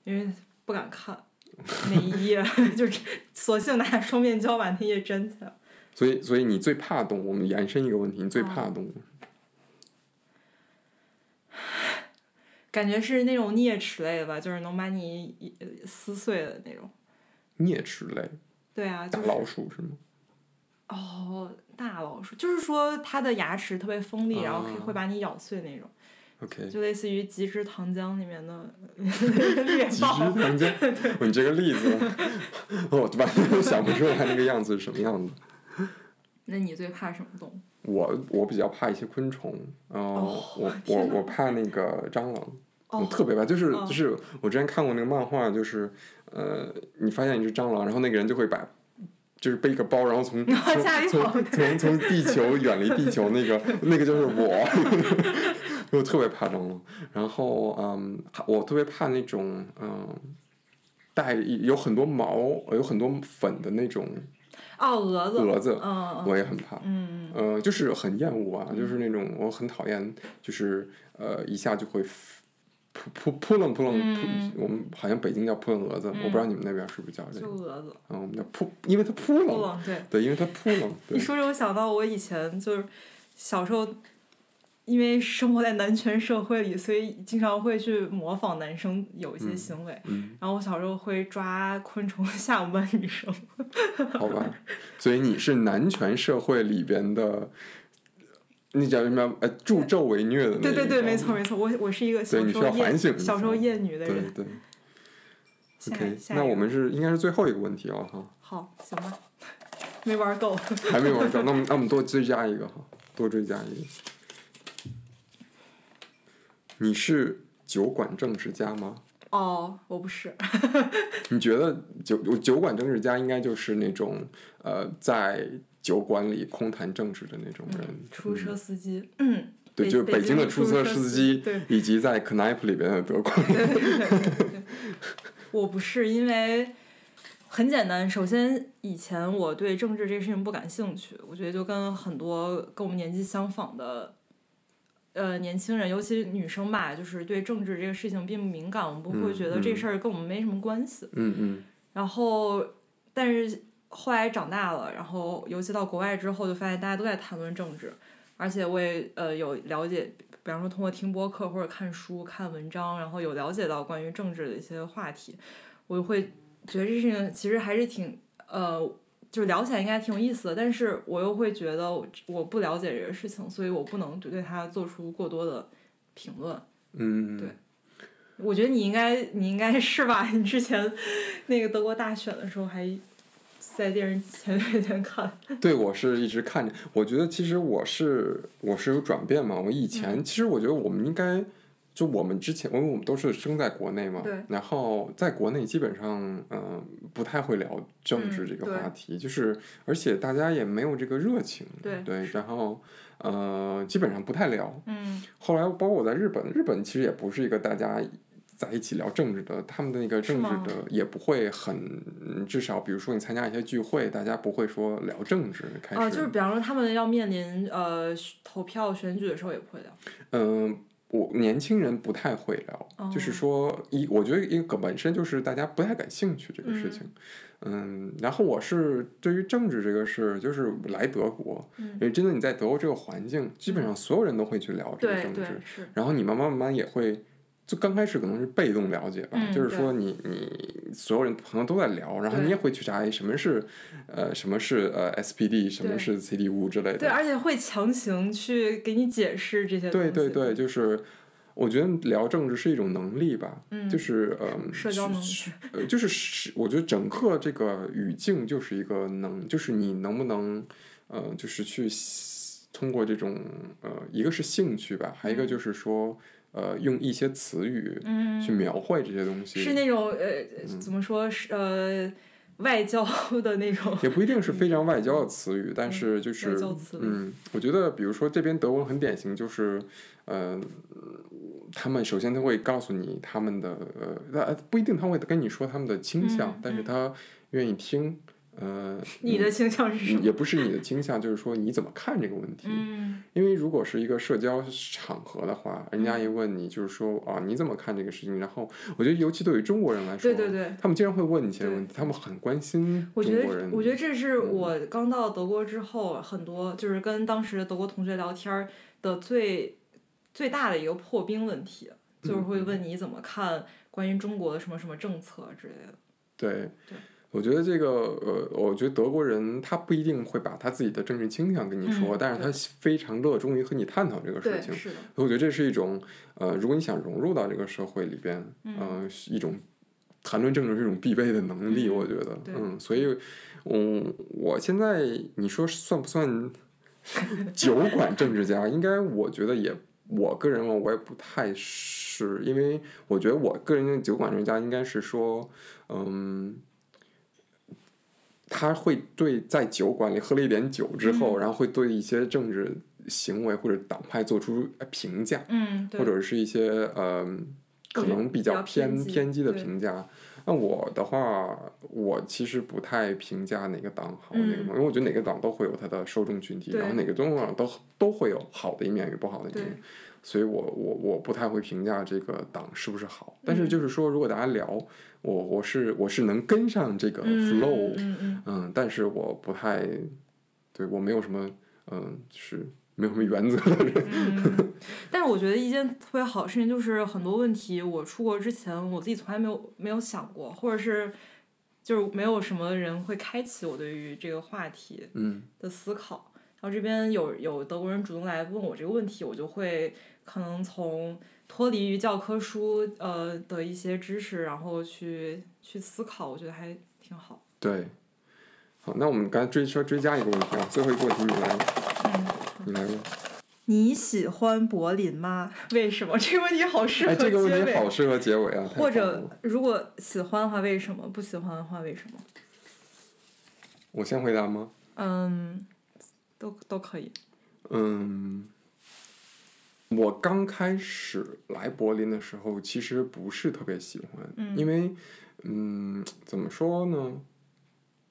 Speaker 2: 因为不敢看那一页， 就是索性拿双面胶把那页粘起来。
Speaker 1: 所以所以你最怕动物，我们延伸一个问题，
Speaker 2: 哦
Speaker 1: 你最怕动物，
Speaker 2: 感觉是那种啮齿类的吧，就是能把你一一撕碎的那种。
Speaker 1: 啮齿类，
Speaker 2: 对啊，
Speaker 1: 大
Speaker 2: 就是
Speaker 1: 老鼠是吗？
Speaker 2: 哦，大老鼠，就是说它的牙齿特别锋利，然后可以
Speaker 1: 啊
Speaker 2: 会把你咬碎那种，
Speaker 1: OK，
Speaker 2: 就类似于《极致糖浆》里面的猎
Speaker 1: 极致
Speaker 2: 豹。
Speaker 1: 糖浆，哦你这个例子， 我完全想不出来那个样子是什么样子。
Speaker 2: 那你最怕什么动物？
Speaker 1: 我我比较怕一些昆虫，然后
Speaker 2: 哦
Speaker 1: 我我
Speaker 2: 天哪
Speaker 1: 我怕那个蟑螂，我
Speaker 2: 哦，
Speaker 1: 特别怕，就是
Speaker 2: 哦
Speaker 1: 就是我之前看过那个漫画，就是呃，你发现一只蟑螂，然后那个人就会把。就是背一个包，然后从从
Speaker 2: 吓一跳
Speaker 1: 从从从地球远离地球，那个那个就是我， 我特别怕蟑螂。然后嗯，我特别怕那种嗯，带有很多毛、有很多粉的那种
Speaker 2: 哦，蛾子。
Speaker 1: 蛾子，
Speaker 2: 嗯嗯
Speaker 1: 我也很怕。
Speaker 2: 嗯，
Speaker 1: 呃，就是很厌恶啊，就是那种我很讨厌，就是呃一下就会扑扑扑棱扑棱扑
Speaker 2: 嗯，
Speaker 1: 我们好像北京叫扑棱蛾子，我不知道你们那边是不是叫这
Speaker 2: 嗯
Speaker 1: 个
Speaker 2: 就，蛾子。
Speaker 1: 嗯，我们叫扑，因为它扑
Speaker 2: 不
Speaker 1: 棱，
Speaker 2: 冷，对。
Speaker 1: 对，因为它扑 棱，
Speaker 2: 你
Speaker 1: 对，
Speaker 2: 说这，我想到我以前就是小时候，因为生活在男权社会里，所以经常会去模仿男生有一些行为。
Speaker 1: 嗯，
Speaker 2: 然后我小时候会抓昆虫 吓我们班女生。
Speaker 1: 好吧，所以你是男权社会里边的，那叫什么？呃，助纣为虐的那
Speaker 2: 对对
Speaker 1: 一
Speaker 2: 对，
Speaker 1: 方
Speaker 2: 没错没错，我我是一个小
Speaker 1: 对你
Speaker 2: 时
Speaker 1: 需
Speaker 2: 候
Speaker 1: 要反省
Speaker 2: 厌
Speaker 1: 一
Speaker 2: 小时
Speaker 1: 下
Speaker 2: 候厌女的
Speaker 1: 对
Speaker 2: 人。
Speaker 1: 对
Speaker 2: 下
Speaker 1: ，OK，
Speaker 2: 下一
Speaker 1: 那
Speaker 2: 个
Speaker 1: 我们是应该是最后一个问题了哈，
Speaker 2: 好，行吧，没玩够。
Speaker 1: 还没完成，那我们那我们多追加一个哈， 多追加一个。你是酒馆政治家吗？
Speaker 2: 哦，我不是。
Speaker 1: 嗯你觉得酒酒馆政治家应该就是那种呃，在酒馆里空谈政治的那种人，
Speaker 2: 出租车
Speaker 1: 嗯
Speaker 2: 司机。
Speaker 1: 对，
Speaker 2: 北
Speaker 1: 就是
Speaker 2: 北
Speaker 1: 北
Speaker 2: 京
Speaker 1: 京的
Speaker 2: 的
Speaker 1: 出
Speaker 2: 出
Speaker 1: 租
Speaker 2: 租
Speaker 1: 车
Speaker 2: 车
Speaker 1: 司
Speaker 2: 司
Speaker 1: 机
Speaker 2: 对，
Speaker 1: 以及在 Knife 里边的德国人。
Speaker 2: 我不是因为很简单，首先以前我对政治这个事情不感兴趣，我觉得就跟很多跟我们年纪相仿的。呃，年轻人，尤其女生吧，就是对政治这个事情并不敏感，我们不会
Speaker 1: 嗯
Speaker 2: 觉得这
Speaker 1: 嗯
Speaker 2: 事儿跟我们没什么关系。
Speaker 1: 嗯嗯
Speaker 2: 然后，但是后来长大了，然后尤其到国外之后，就发现大家都在谈论政治，而且我也呃有了解，比方说通过听播客或者看书、看文章，然后有了解到关于政治的一些话题，我就会觉得这事情其实还是挺呃。就是聊起来应该挺有意思的，但是我又会觉得我我不了解这个事情，所以我不能对它做出过多的评论。
Speaker 1: 嗯，
Speaker 2: 对我觉得你应该，你应该是吧？你之前那个德国大选的时候还在电视前面前看，
Speaker 1: 对，我是一直看着。我觉得其实我是我是有转变嘛。我以前、
Speaker 2: 嗯
Speaker 1: 其实我觉得我们应该，就我们之前，因为我们都是生在国内嘛，
Speaker 2: 对
Speaker 1: 然后在国内基本上嗯、呃不太会聊政治
Speaker 2: 嗯
Speaker 1: 这个
Speaker 2: 对
Speaker 1: 话题，就是而且大家也没有这个热情，
Speaker 2: 对
Speaker 1: 然后呃基本上不太聊。
Speaker 2: 嗯，
Speaker 1: 后来包括我在日本，日本其实也不是一个大家。在一起聊政治的，他们的那个政治
Speaker 2: 吗
Speaker 1: 的也不会很，嗯至少比如说你参加一些聚会，大家不会说聊政治开
Speaker 2: 哦
Speaker 1: 始。
Speaker 2: 啊，就是比方说他们要面临呃投票选举的时候也不会聊，
Speaker 1: 嗯，我年轻人不太会聊，
Speaker 2: 哦
Speaker 1: 就是说一，我觉得一个本身就是大家不太感兴趣这个事情。嗯，然后我是对于政治这个事，就是来德国，
Speaker 2: 嗯
Speaker 1: 因为真的你在德国这个环境，基本上所有人都会去聊这个
Speaker 2: 对
Speaker 1: 政
Speaker 2: 对
Speaker 1: 治，
Speaker 2: 是，
Speaker 1: 然后你慢慢慢慢也会，就刚开始可能是被动了解吧，
Speaker 2: 嗯
Speaker 1: 就是说你你所有人朋友都在聊，然后
Speaker 2: 对
Speaker 1: 你也会去查哎什么是呃什么是呃 SPD，什么
Speaker 2: 对
Speaker 1: 是 CDU 之类
Speaker 2: 对，
Speaker 1: 的，
Speaker 2: 而且会强行去给你解释这些东
Speaker 1: 对
Speaker 2: 西。嗯
Speaker 1: 对对，就是我觉得聊政治是一种能力吧，
Speaker 2: 嗯
Speaker 1: 就是呃
Speaker 2: 社交
Speaker 1: 去
Speaker 2: 能力
Speaker 1: 去呃就是是我觉得整个这个语境就是一个能，就是你能不能呃就是去吸通过这种呃一个是兴趣吧，还有一个就是说呃用一些词语。
Speaker 2: 嗯，
Speaker 1: 去描绘这些东西，
Speaker 2: 是那种呃，
Speaker 1: 嗯
Speaker 2: 怎么说是呃外交的那种，
Speaker 1: 也不一定是非常外交的词语，但是就
Speaker 2: 嗯外
Speaker 1: 是
Speaker 2: 交词类
Speaker 1: 嗯，我觉得比如说这边德文很典型，就是呃，他们首先他会告诉你他们的呃，那不一定他会跟你说他们的倾向，
Speaker 2: 嗯
Speaker 1: 但是
Speaker 2: 嗯
Speaker 1: 他愿意听，呃，
Speaker 2: 你的倾向是
Speaker 1: 嗯
Speaker 2: 什么？
Speaker 1: 也不是你的倾向，就是说你怎么看这个问题，
Speaker 2: 嗯
Speaker 1: 因为如果是一个社交场合的话，人家一问你，就是说啊，你怎么看这个事情？然后我觉得，尤其对于中国人来说，
Speaker 2: 对对对
Speaker 1: 他们经常会问你一些问题，他们很关心
Speaker 2: 我觉
Speaker 1: 中国
Speaker 2: 得
Speaker 1: 人，。嗯
Speaker 2: 我觉得这是我刚到德国之后，很多就是跟当时的德国同学聊天儿的最最大的一个破冰问题，
Speaker 1: 嗯
Speaker 2: 就是会问你怎么看关于中国的什么什么政策之类的。
Speaker 1: 对
Speaker 2: 对，
Speaker 1: 我觉得这个呃，我觉得德国人他不一定会把他自己的政治倾向跟你说，
Speaker 2: 嗯
Speaker 1: 但是他非常乐衷于和你探讨这个事
Speaker 2: 对，
Speaker 1: 情。
Speaker 2: 是的，
Speaker 1: 我觉得这是一种呃，如果你想融入到这个社会里边，
Speaker 2: 嗯
Speaker 1: 呃，是一种谈论政治是一种必备的能力，
Speaker 2: 嗯
Speaker 1: 我觉得，
Speaker 2: 对
Speaker 1: 嗯，所以，嗯，我现在你说算不 算酒馆政治家？应该我觉得也，我个人嘛，我也不太是，因为我觉得我个人的酒馆政治家应该是说，嗯。他会对在酒馆里喝了一点酒之后，
Speaker 2: 嗯
Speaker 1: 然后会对一些政治行为或者党派做出呃评价，
Speaker 2: 嗯，对
Speaker 1: 或，者是一些呃可
Speaker 2: 我觉得
Speaker 1: 能比
Speaker 2: 比
Speaker 1: 较
Speaker 2: 较
Speaker 1: 偏
Speaker 2: 偏激
Speaker 1: 偏激的
Speaker 2: 对
Speaker 1: 评价。那我的话，我其实不太评价哪个党好，哪个
Speaker 2: 嗯
Speaker 1: 不好，因为我觉得哪个党都会有它的受众群体，然后
Speaker 2: 对
Speaker 1: 哪个政党都都会有好的一面与不好的一
Speaker 2: 对
Speaker 1: 面，所以我我我不太会评价这个党是不是好。但是
Speaker 2: 嗯
Speaker 1: 就是说，如果大家聊，我我是我是能跟上这个
Speaker 2: 嗯
Speaker 1: 呃 flow，
Speaker 2: 嗯嗯嗯，
Speaker 1: 嗯，但是我不太，对我没有什么，嗯，就是没有什么原则的人。
Speaker 2: 嗯，但是我觉得一件特别好的事情就是，很多问题我出国之前我自己从来没有没有想过，或者是就是没有什么人会开启我对于这个话题
Speaker 1: 嗯
Speaker 2: 的思考。然后这边有有德国人主动来问我这个问题，我就会可能从脱离于教科书呃的一些知识，然后去去思考，我觉得还挺好。
Speaker 1: 对，好，那我们刚才追说追加一个问题啊，最后一个问题你来吧，
Speaker 2: 嗯，
Speaker 1: 你来吧。
Speaker 2: 你喜欢柏林吗？ 为什么？这个问题好适合
Speaker 1: 哎，
Speaker 2: 结
Speaker 1: 这
Speaker 2: 尾。
Speaker 1: 个问题好适合结尾啊，太
Speaker 2: 或
Speaker 1: 好
Speaker 2: 者
Speaker 1: 了
Speaker 2: 如果喜欢的话，为什么？不喜欢的话，为什么？
Speaker 1: 我先回答吗？
Speaker 2: 嗯，都都可以。
Speaker 1: 嗯，我刚开始来柏林的时候，其实不是特别喜欢，
Speaker 2: 嗯
Speaker 1: 因为嗯，怎么说呢？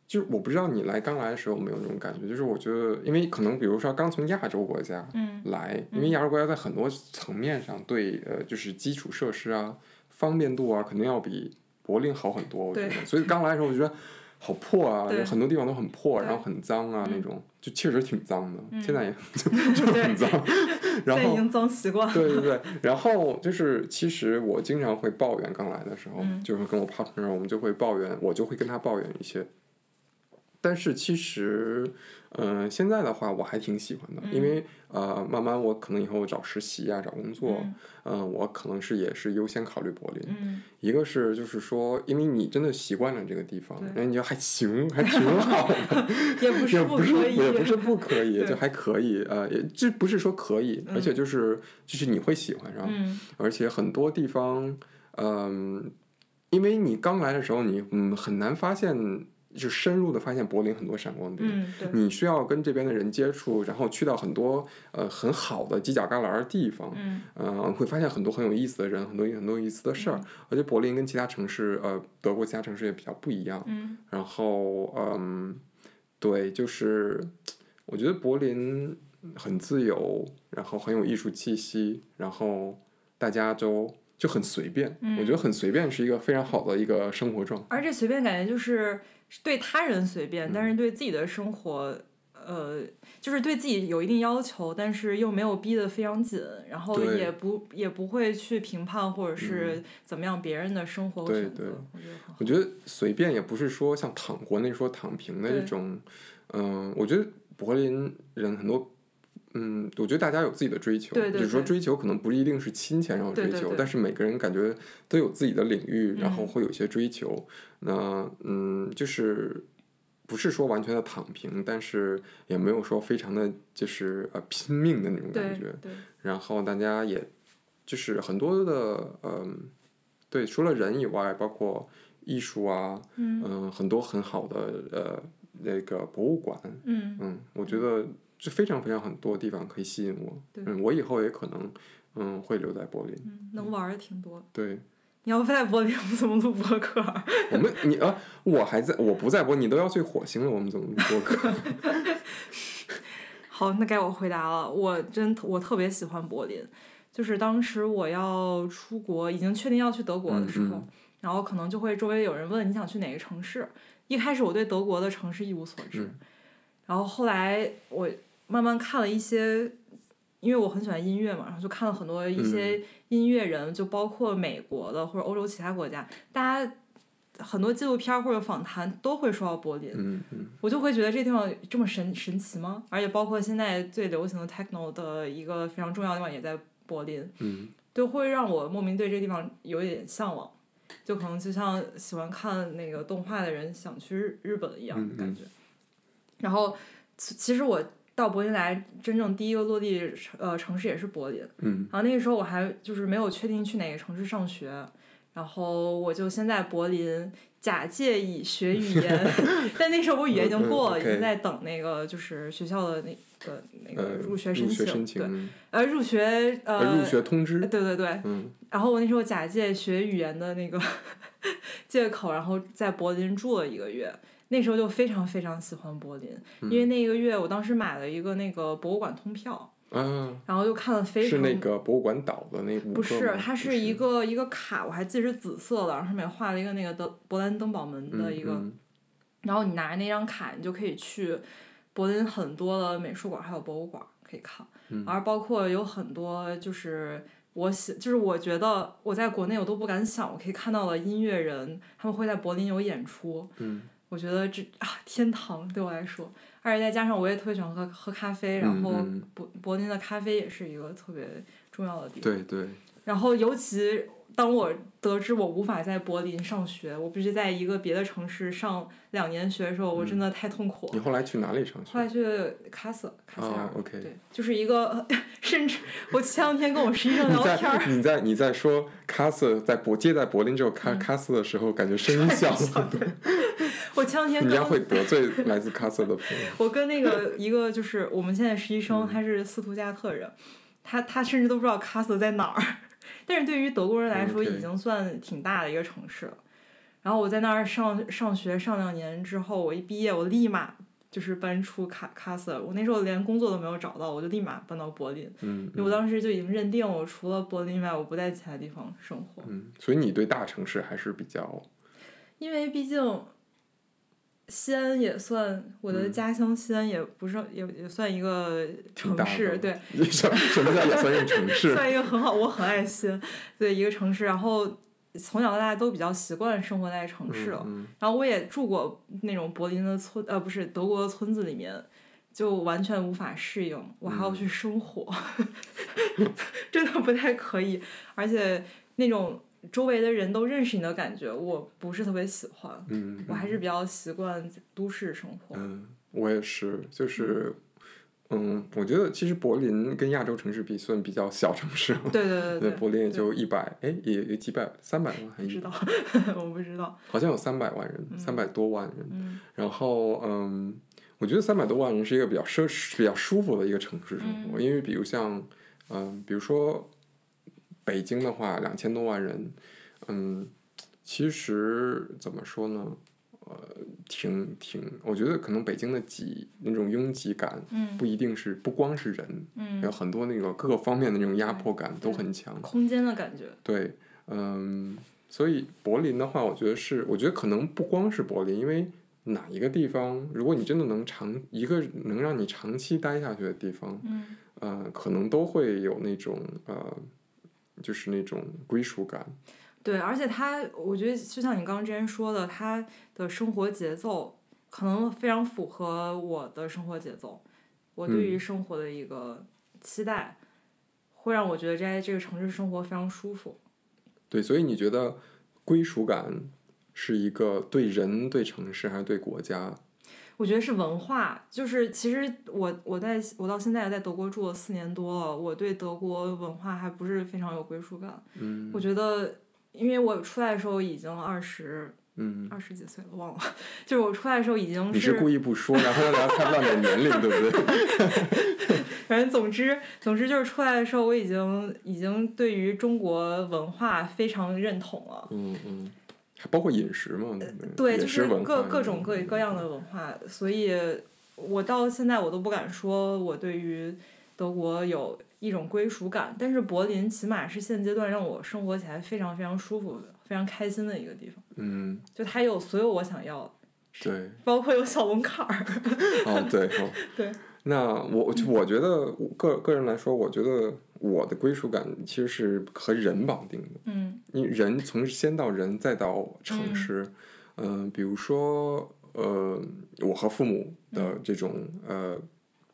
Speaker 1: 就是我不知道你来刚来的时候有没有那种感觉，就是我觉得，因为可能比如说刚从亚洲国家，
Speaker 2: 嗯
Speaker 1: 来，因为亚洲国家在很多层面上对呃就是基础设施啊、方便度啊，肯定要比柏林好很多。我觉
Speaker 2: 对
Speaker 1: 得，所以刚来的时候我觉得好破啊，
Speaker 2: 对
Speaker 1: 有很多地方都很破，
Speaker 2: 对嗯
Speaker 1: 然后很脏啊那种，就确实挺脏的。现在也 就就
Speaker 2: 对
Speaker 1: 很脏， 然
Speaker 2: 但已
Speaker 1: 后。
Speaker 2: 经脏习惯 了。
Speaker 1: 对对对，然后就是，其实我经常会抱怨，刚来的时候，
Speaker 2: 嗯
Speaker 1: 就是跟我 partner，我们就会抱怨，我就会跟他抱怨一些。但是其实，嗯、现在的话我还挺喜欢的，
Speaker 2: 嗯
Speaker 1: 因为呃，慢慢我可能以后找实习啊，找工作，
Speaker 2: 嗯
Speaker 1: 嗯、我可能是也是优先考虑柏林。
Speaker 2: 嗯
Speaker 1: 一个是就是说，因为你真的习惯了这个地方，
Speaker 2: 对
Speaker 1: 然后你觉得还 行，还挺好的，
Speaker 2: 也不
Speaker 1: 也
Speaker 2: 是
Speaker 1: 不是
Speaker 2: 可以。
Speaker 1: 也不是不可以，
Speaker 2: 对
Speaker 1: 就还可以，呃，也这不是说可以，而且就是就是你会喜欢上，
Speaker 2: 嗯
Speaker 1: 而且很多地方，嗯，因为你刚来的时候，你嗯很难发现，就深入的发现柏林很多闪光点。
Speaker 2: 嗯，对。
Speaker 1: 你需要跟这边的人接触，然后去到很多呃很好的犄角旮旯的地方，
Speaker 2: 嗯
Speaker 1: 嗯，会发现很多很有意思的人，很多很多有意思的事儿。而且柏林跟其他城市，呃，德国其他城市也比较不一样。
Speaker 2: 嗯
Speaker 1: 然后，嗯，对，就是我觉得柏林很自由，然后很有艺术气息，然后大家都就很随便。我觉得很随便是一个非常好的一个生活状态。
Speaker 2: 而且随便感觉就是对他人随便，
Speaker 1: 嗯
Speaker 2: 但是对自己的生活，呃，就是对自己有一定要求，但是又没有逼得非常紧，然后
Speaker 1: 对嗯
Speaker 2: 也不也不会去评判或者是怎么样别人的生活和
Speaker 1: 对
Speaker 2: 选择
Speaker 1: 对，
Speaker 2: 我觉得很好
Speaker 1: 我觉得随便也不是说像躺国内说躺平的
Speaker 2: 对
Speaker 1: 这种，嗯、我觉得柏林人很多，嗯，我觉得大家有自己的追求，
Speaker 2: 对对
Speaker 1: 只是说
Speaker 2: 对
Speaker 1: 追求可能不一定是金钱上的追
Speaker 2: 对
Speaker 1: 求，
Speaker 2: 对对
Speaker 1: 但是每个人感觉都有自己的领域，然后
Speaker 2: 嗯
Speaker 1: 会有一些追求。那嗯，就是不是说完全的躺平，但是也没有说非常的就是呃拼命的那种感
Speaker 2: 对
Speaker 1: 觉。
Speaker 2: 对
Speaker 1: 然后大家也就是很多的嗯，对，除了人以外，包括艺术啊，
Speaker 2: 嗯
Speaker 1: 嗯、很多很好的呃那个博物馆，
Speaker 2: 嗯
Speaker 1: 嗯，我觉得就非常非常很多地方可以吸引我，
Speaker 2: 对
Speaker 1: 嗯，我以后也可能嗯会留在柏林，
Speaker 2: 嗯，能玩儿的挺多。
Speaker 1: 对
Speaker 2: 你要不在柏林，我们怎么录播客？
Speaker 1: 我们你啊，我还在我不在柏林，你都要去火星了，我们怎么录播客？
Speaker 2: 好，那该我回答了。我真我特别喜欢柏林，就是当时我要出国，已经确定要去德国的时候，
Speaker 1: 嗯
Speaker 2: 然后可能就会周围有人问你想去哪个城市。一开始我对德国的城市一无所知，
Speaker 1: 嗯
Speaker 2: 然后后来我慢慢看了一些，因为我很喜欢音乐嘛，然后就看了很多一
Speaker 1: 嗯
Speaker 2: 些音乐人，就包括美国的或者欧洲其他国家，大家很多纪录片儿或者访谈都会说到柏林。
Speaker 1: 嗯嗯
Speaker 2: 我就会觉得这地方这么神神奇吗？而且包括现在最流行的 techno 的一个非常重要的地方也在柏林，
Speaker 1: 嗯
Speaker 2: 就会让我莫名对这地方有一点向往，就可能就像喜欢看那个动画的人想去日日本一样
Speaker 1: 嗯
Speaker 2: 的
Speaker 1: 嗯
Speaker 2: 感觉。然后其其实我到柏林来真正第一个落地呃城市也是柏林，
Speaker 1: 嗯
Speaker 2: 然后那个时候我还就是没有确定去哪个城市上学，然后我就先在柏林假借以学语 言，但那时候我语言已经过了，
Speaker 1: 嗯嗯
Speaker 2: 已
Speaker 1: ，OK
Speaker 2: 经在等那个就是学校的那个那
Speaker 1: 呃
Speaker 2: 个入学申
Speaker 1: 入学
Speaker 2: 请，
Speaker 1: 申请
Speaker 2: 对，
Speaker 1: 嗯
Speaker 2: 呃入学
Speaker 1: 呃
Speaker 2: 呃
Speaker 1: 入学通
Speaker 2: 对
Speaker 1: 知，
Speaker 2: 对对，
Speaker 1: 嗯
Speaker 2: 然后我那时候假借学语言的那个 借口，然后在柏林住了一个月。那时候就非常非常喜欢柏林，
Speaker 1: 嗯
Speaker 2: 因为那一个月我当时买了一个那个博物馆通票，
Speaker 1: 啊。
Speaker 2: 然后就看了非
Speaker 1: 是
Speaker 2: 常
Speaker 1: 那个博物馆岛的那五
Speaker 2: 不
Speaker 1: 个
Speaker 2: 是
Speaker 1: 吗，
Speaker 2: 它是一个一个卡，我还记得是紫色的，然后上面画了一个那个德勃兰登堡门的一个，
Speaker 1: 嗯
Speaker 2: 然后你拿那张卡，你就可以去柏林很多的美术馆还有博物馆可以看，
Speaker 1: 嗯
Speaker 2: 而包括有很多就是我喜，就是我觉得我在国内我都不敢想，我可以看到的音乐人他们会在柏林有演出，
Speaker 1: 嗯
Speaker 2: 我觉得这啊天堂对我来说，而且再加上我也特别喜欢喝喝咖啡，然后
Speaker 1: 嗯
Speaker 2: 柏柏林的咖啡也是一个特别重要的地方。
Speaker 1: 对对，
Speaker 2: 然后尤其当我得知我无法在柏林上学，我必须在一个别的城市上两年学的时候，我真
Speaker 1: 嗯
Speaker 2: 的太痛苦了。
Speaker 1: 你后来去哪里上学
Speaker 2: 后？来去卡斯卡塞尔、
Speaker 1: 啊，OK
Speaker 2: 对，就是一个， 甚至我前两天跟我实习生
Speaker 1: 你
Speaker 2: 聊天儿
Speaker 1: 在，你在你在说卡斯在柏接在柏林之后
Speaker 2: 嗯
Speaker 1: 卡卡斯的时候，感 觉声音小了很多，
Speaker 2: 我前两天
Speaker 1: 你这样
Speaker 2: 刚
Speaker 1: 会得罪 来自卡斯的朋友。
Speaker 2: 我跟 那个一个就是我们现在实习生，
Speaker 1: 嗯
Speaker 2: 他是斯图加特人，他他甚至都不知道卡斯在哪儿，但是对于德国人来说
Speaker 1: OK
Speaker 2: 已经算挺大的一个城市了。然后我在那儿上上学上两年之后，我一毕业我立马就是搬出卡卡斯，我那时候连工作都没有找到，我就立马搬到柏林，
Speaker 1: 嗯
Speaker 2: 因为我当时就已经认定我除了柏林以外，我不在其他地方生活，
Speaker 1: 嗯，所以你对大城市还是比较
Speaker 2: 因为毕竟。西安也算我
Speaker 1: 嗯
Speaker 2: 的家乡，西安也不是也也算一个
Speaker 1: 挺
Speaker 2: 城
Speaker 1: 大
Speaker 2: 市，
Speaker 1: 的。
Speaker 2: 对，，
Speaker 1: 什什么叫也算是城市？
Speaker 2: 算一个很好，我很爱西安对一个城市，然后从小到大都比较习惯生活在城市了。
Speaker 1: 嗯
Speaker 2: 然后我也住过那种柏林的村，呃，不是德国的村子里面，就完全无法适应，我还要
Speaker 1: 嗯
Speaker 2: 去生火， 真的不太可以。而且那种周围的人都认识你的感觉，我不是特别喜欢。
Speaker 1: 嗯
Speaker 2: 我还是比较习惯都市生活。
Speaker 1: 嗯，我也是，就是。嗯，我觉得其实柏林跟亚洲城市比算比较小城市了，
Speaker 2: 对对对对，
Speaker 1: 柏林也
Speaker 2: 对
Speaker 1: 就一百，哎，也也几百，三百万还
Speaker 2: 不
Speaker 1: 是
Speaker 2: 知道， 我不知道。
Speaker 1: 好像有三百万人，三百多万人。
Speaker 2: 嗯
Speaker 1: 然后，嗯，我觉得三百多万人是一个比较奢侈、比较舒服的一个城市生活，因为比如像，嗯、比如说北京的话，两千多万人，嗯，其实怎么说呢？挺挺，我觉得可能北京的挤那种拥挤感，
Speaker 2: 嗯
Speaker 1: 不一定是不光是人，有
Speaker 2: 嗯，
Speaker 1: 很多那个各个方面的那种压迫感都很强。
Speaker 2: 空间的感觉，
Speaker 1: 对，嗯，所以柏林的话，我觉得是，我觉得可能不光是柏林，因为哪一个地方，如果你真的能长一个能让你长期待下去的地方，
Speaker 2: 嗯
Speaker 1: 呃，可能都会有那种呃，就是那种归属感。
Speaker 2: 对，而且他，我觉得就像你刚刚之前说的，他的生活节奏可能非常符合我的生活节奏，我对
Speaker 1: 嗯
Speaker 2: 于生活的一个期待，会让我觉得在这个城市生活非常舒服。
Speaker 1: 对，所以你觉得归属感是一个对人、对城市还是对国家？
Speaker 2: 我觉得是文化，就是其实我我在我到现在在德国住了四年多了，我对德国文化还不是非常有归属感。
Speaker 1: 嗯
Speaker 2: 我觉得，因为我出来的时候已经二十
Speaker 1: 嗯，
Speaker 2: 二十几岁了， 忘了，就是我出来的时候已经
Speaker 1: 你是故意不说，然后让大家猜不到你的年龄，对不 对？
Speaker 2: 反正总之，总之就是出来的时候，我已经已经对于中国文化非常认同了。
Speaker 1: 嗯嗯，还包括饮食嘛，对不对
Speaker 2: 对，
Speaker 1: 也
Speaker 2: 就是
Speaker 1: 文
Speaker 2: 各
Speaker 1: 化嗯
Speaker 2: 各
Speaker 1: 一
Speaker 2: 种各各样的文化，所以我到现在我都不敢说我对于德国有一种归属感，但是柏林起码是现阶段让我生活起来非常非常舒服、非常开心的一个地方，
Speaker 1: 嗯，
Speaker 2: 就它有所有我想要的，
Speaker 1: 对，
Speaker 2: 包括有小龙坎儿。，
Speaker 1: 哦，对，哦
Speaker 2: 对。
Speaker 1: 那我就我觉得我个个人来说，我觉得我的归属感其实是和人绑定的，
Speaker 2: 嗯
Speaker 1: 因为人从先到人再到城市，嗯、比如说呃，我和父母的这种呃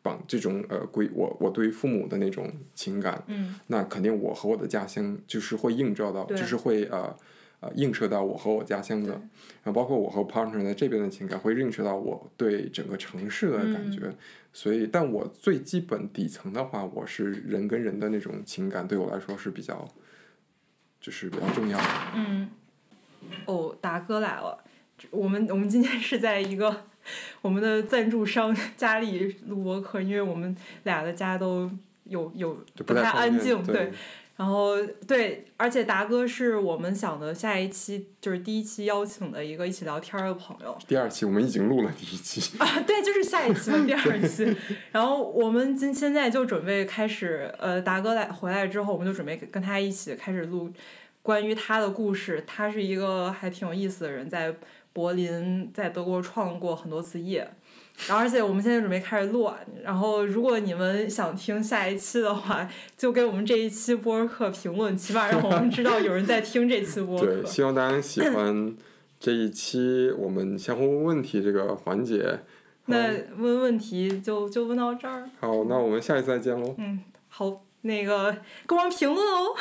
Speaker 1: 绑这种呃归我我对于父母的那种情感，
Speaker 2: 嗯
Speaker 1: 那肯定我和我的家乡就是会映照到，
Speaker 2: 对
Speaker 1: 就是会呃呃映射到我和我家乡的，
Speaker 2: 对
Speaker 1: 然后包括我和 partner 在这边的情感，会映射到我对整个城市的感觉。
Speaker 2: 嗯
Speaker 1: 所以，但我最基本底层的话，我是人跟人的那种情感，对我来说是比较，就是比较重要的。
Speaker 2: 嗯，哦，达哥来了。这我们我们今天是在一个我们的赞助商家里录播课，因为我们俩的家都有有
Speaker 1: 就
Speaker 2: 不
Speaker 1: 太
Speaker 2: 太
Speaker 1: 方
Speaker 2: 安
Speaker 1: 便
Speaker 2: 静，
Speaker 1: 对，
Speaker 2: 对。然后对，而且达哥是我们想的下一期就是第一期邀请的一个一起聊天儿的朋友
Speaker 1: 第二期我们已经录了第一 期，
Speaker 2: 啊，对，就是下一 期嘛，第二期。然后我们今现在就准备开始，呃，达哥来回来之后，我们就准备跟他一起开始录关于他的故事。他是一个还挺有意思的人，在柏林，在德国创过很多次业。然后，而且我们现在准备开始录，啊然后如果你们想听下一期的话，就给我们这一期播客评论，起码让我们知道有人在听这期播客
Speaker 1: 对，。希望大家喜欢这一期我们相互问问题这个环节。
Speaker 2: 那问问题就就问到这儿，
Speaker 1: 嗯好，那我们下一次再见喽。
Speaker 2: 好，那个给我们评论哦。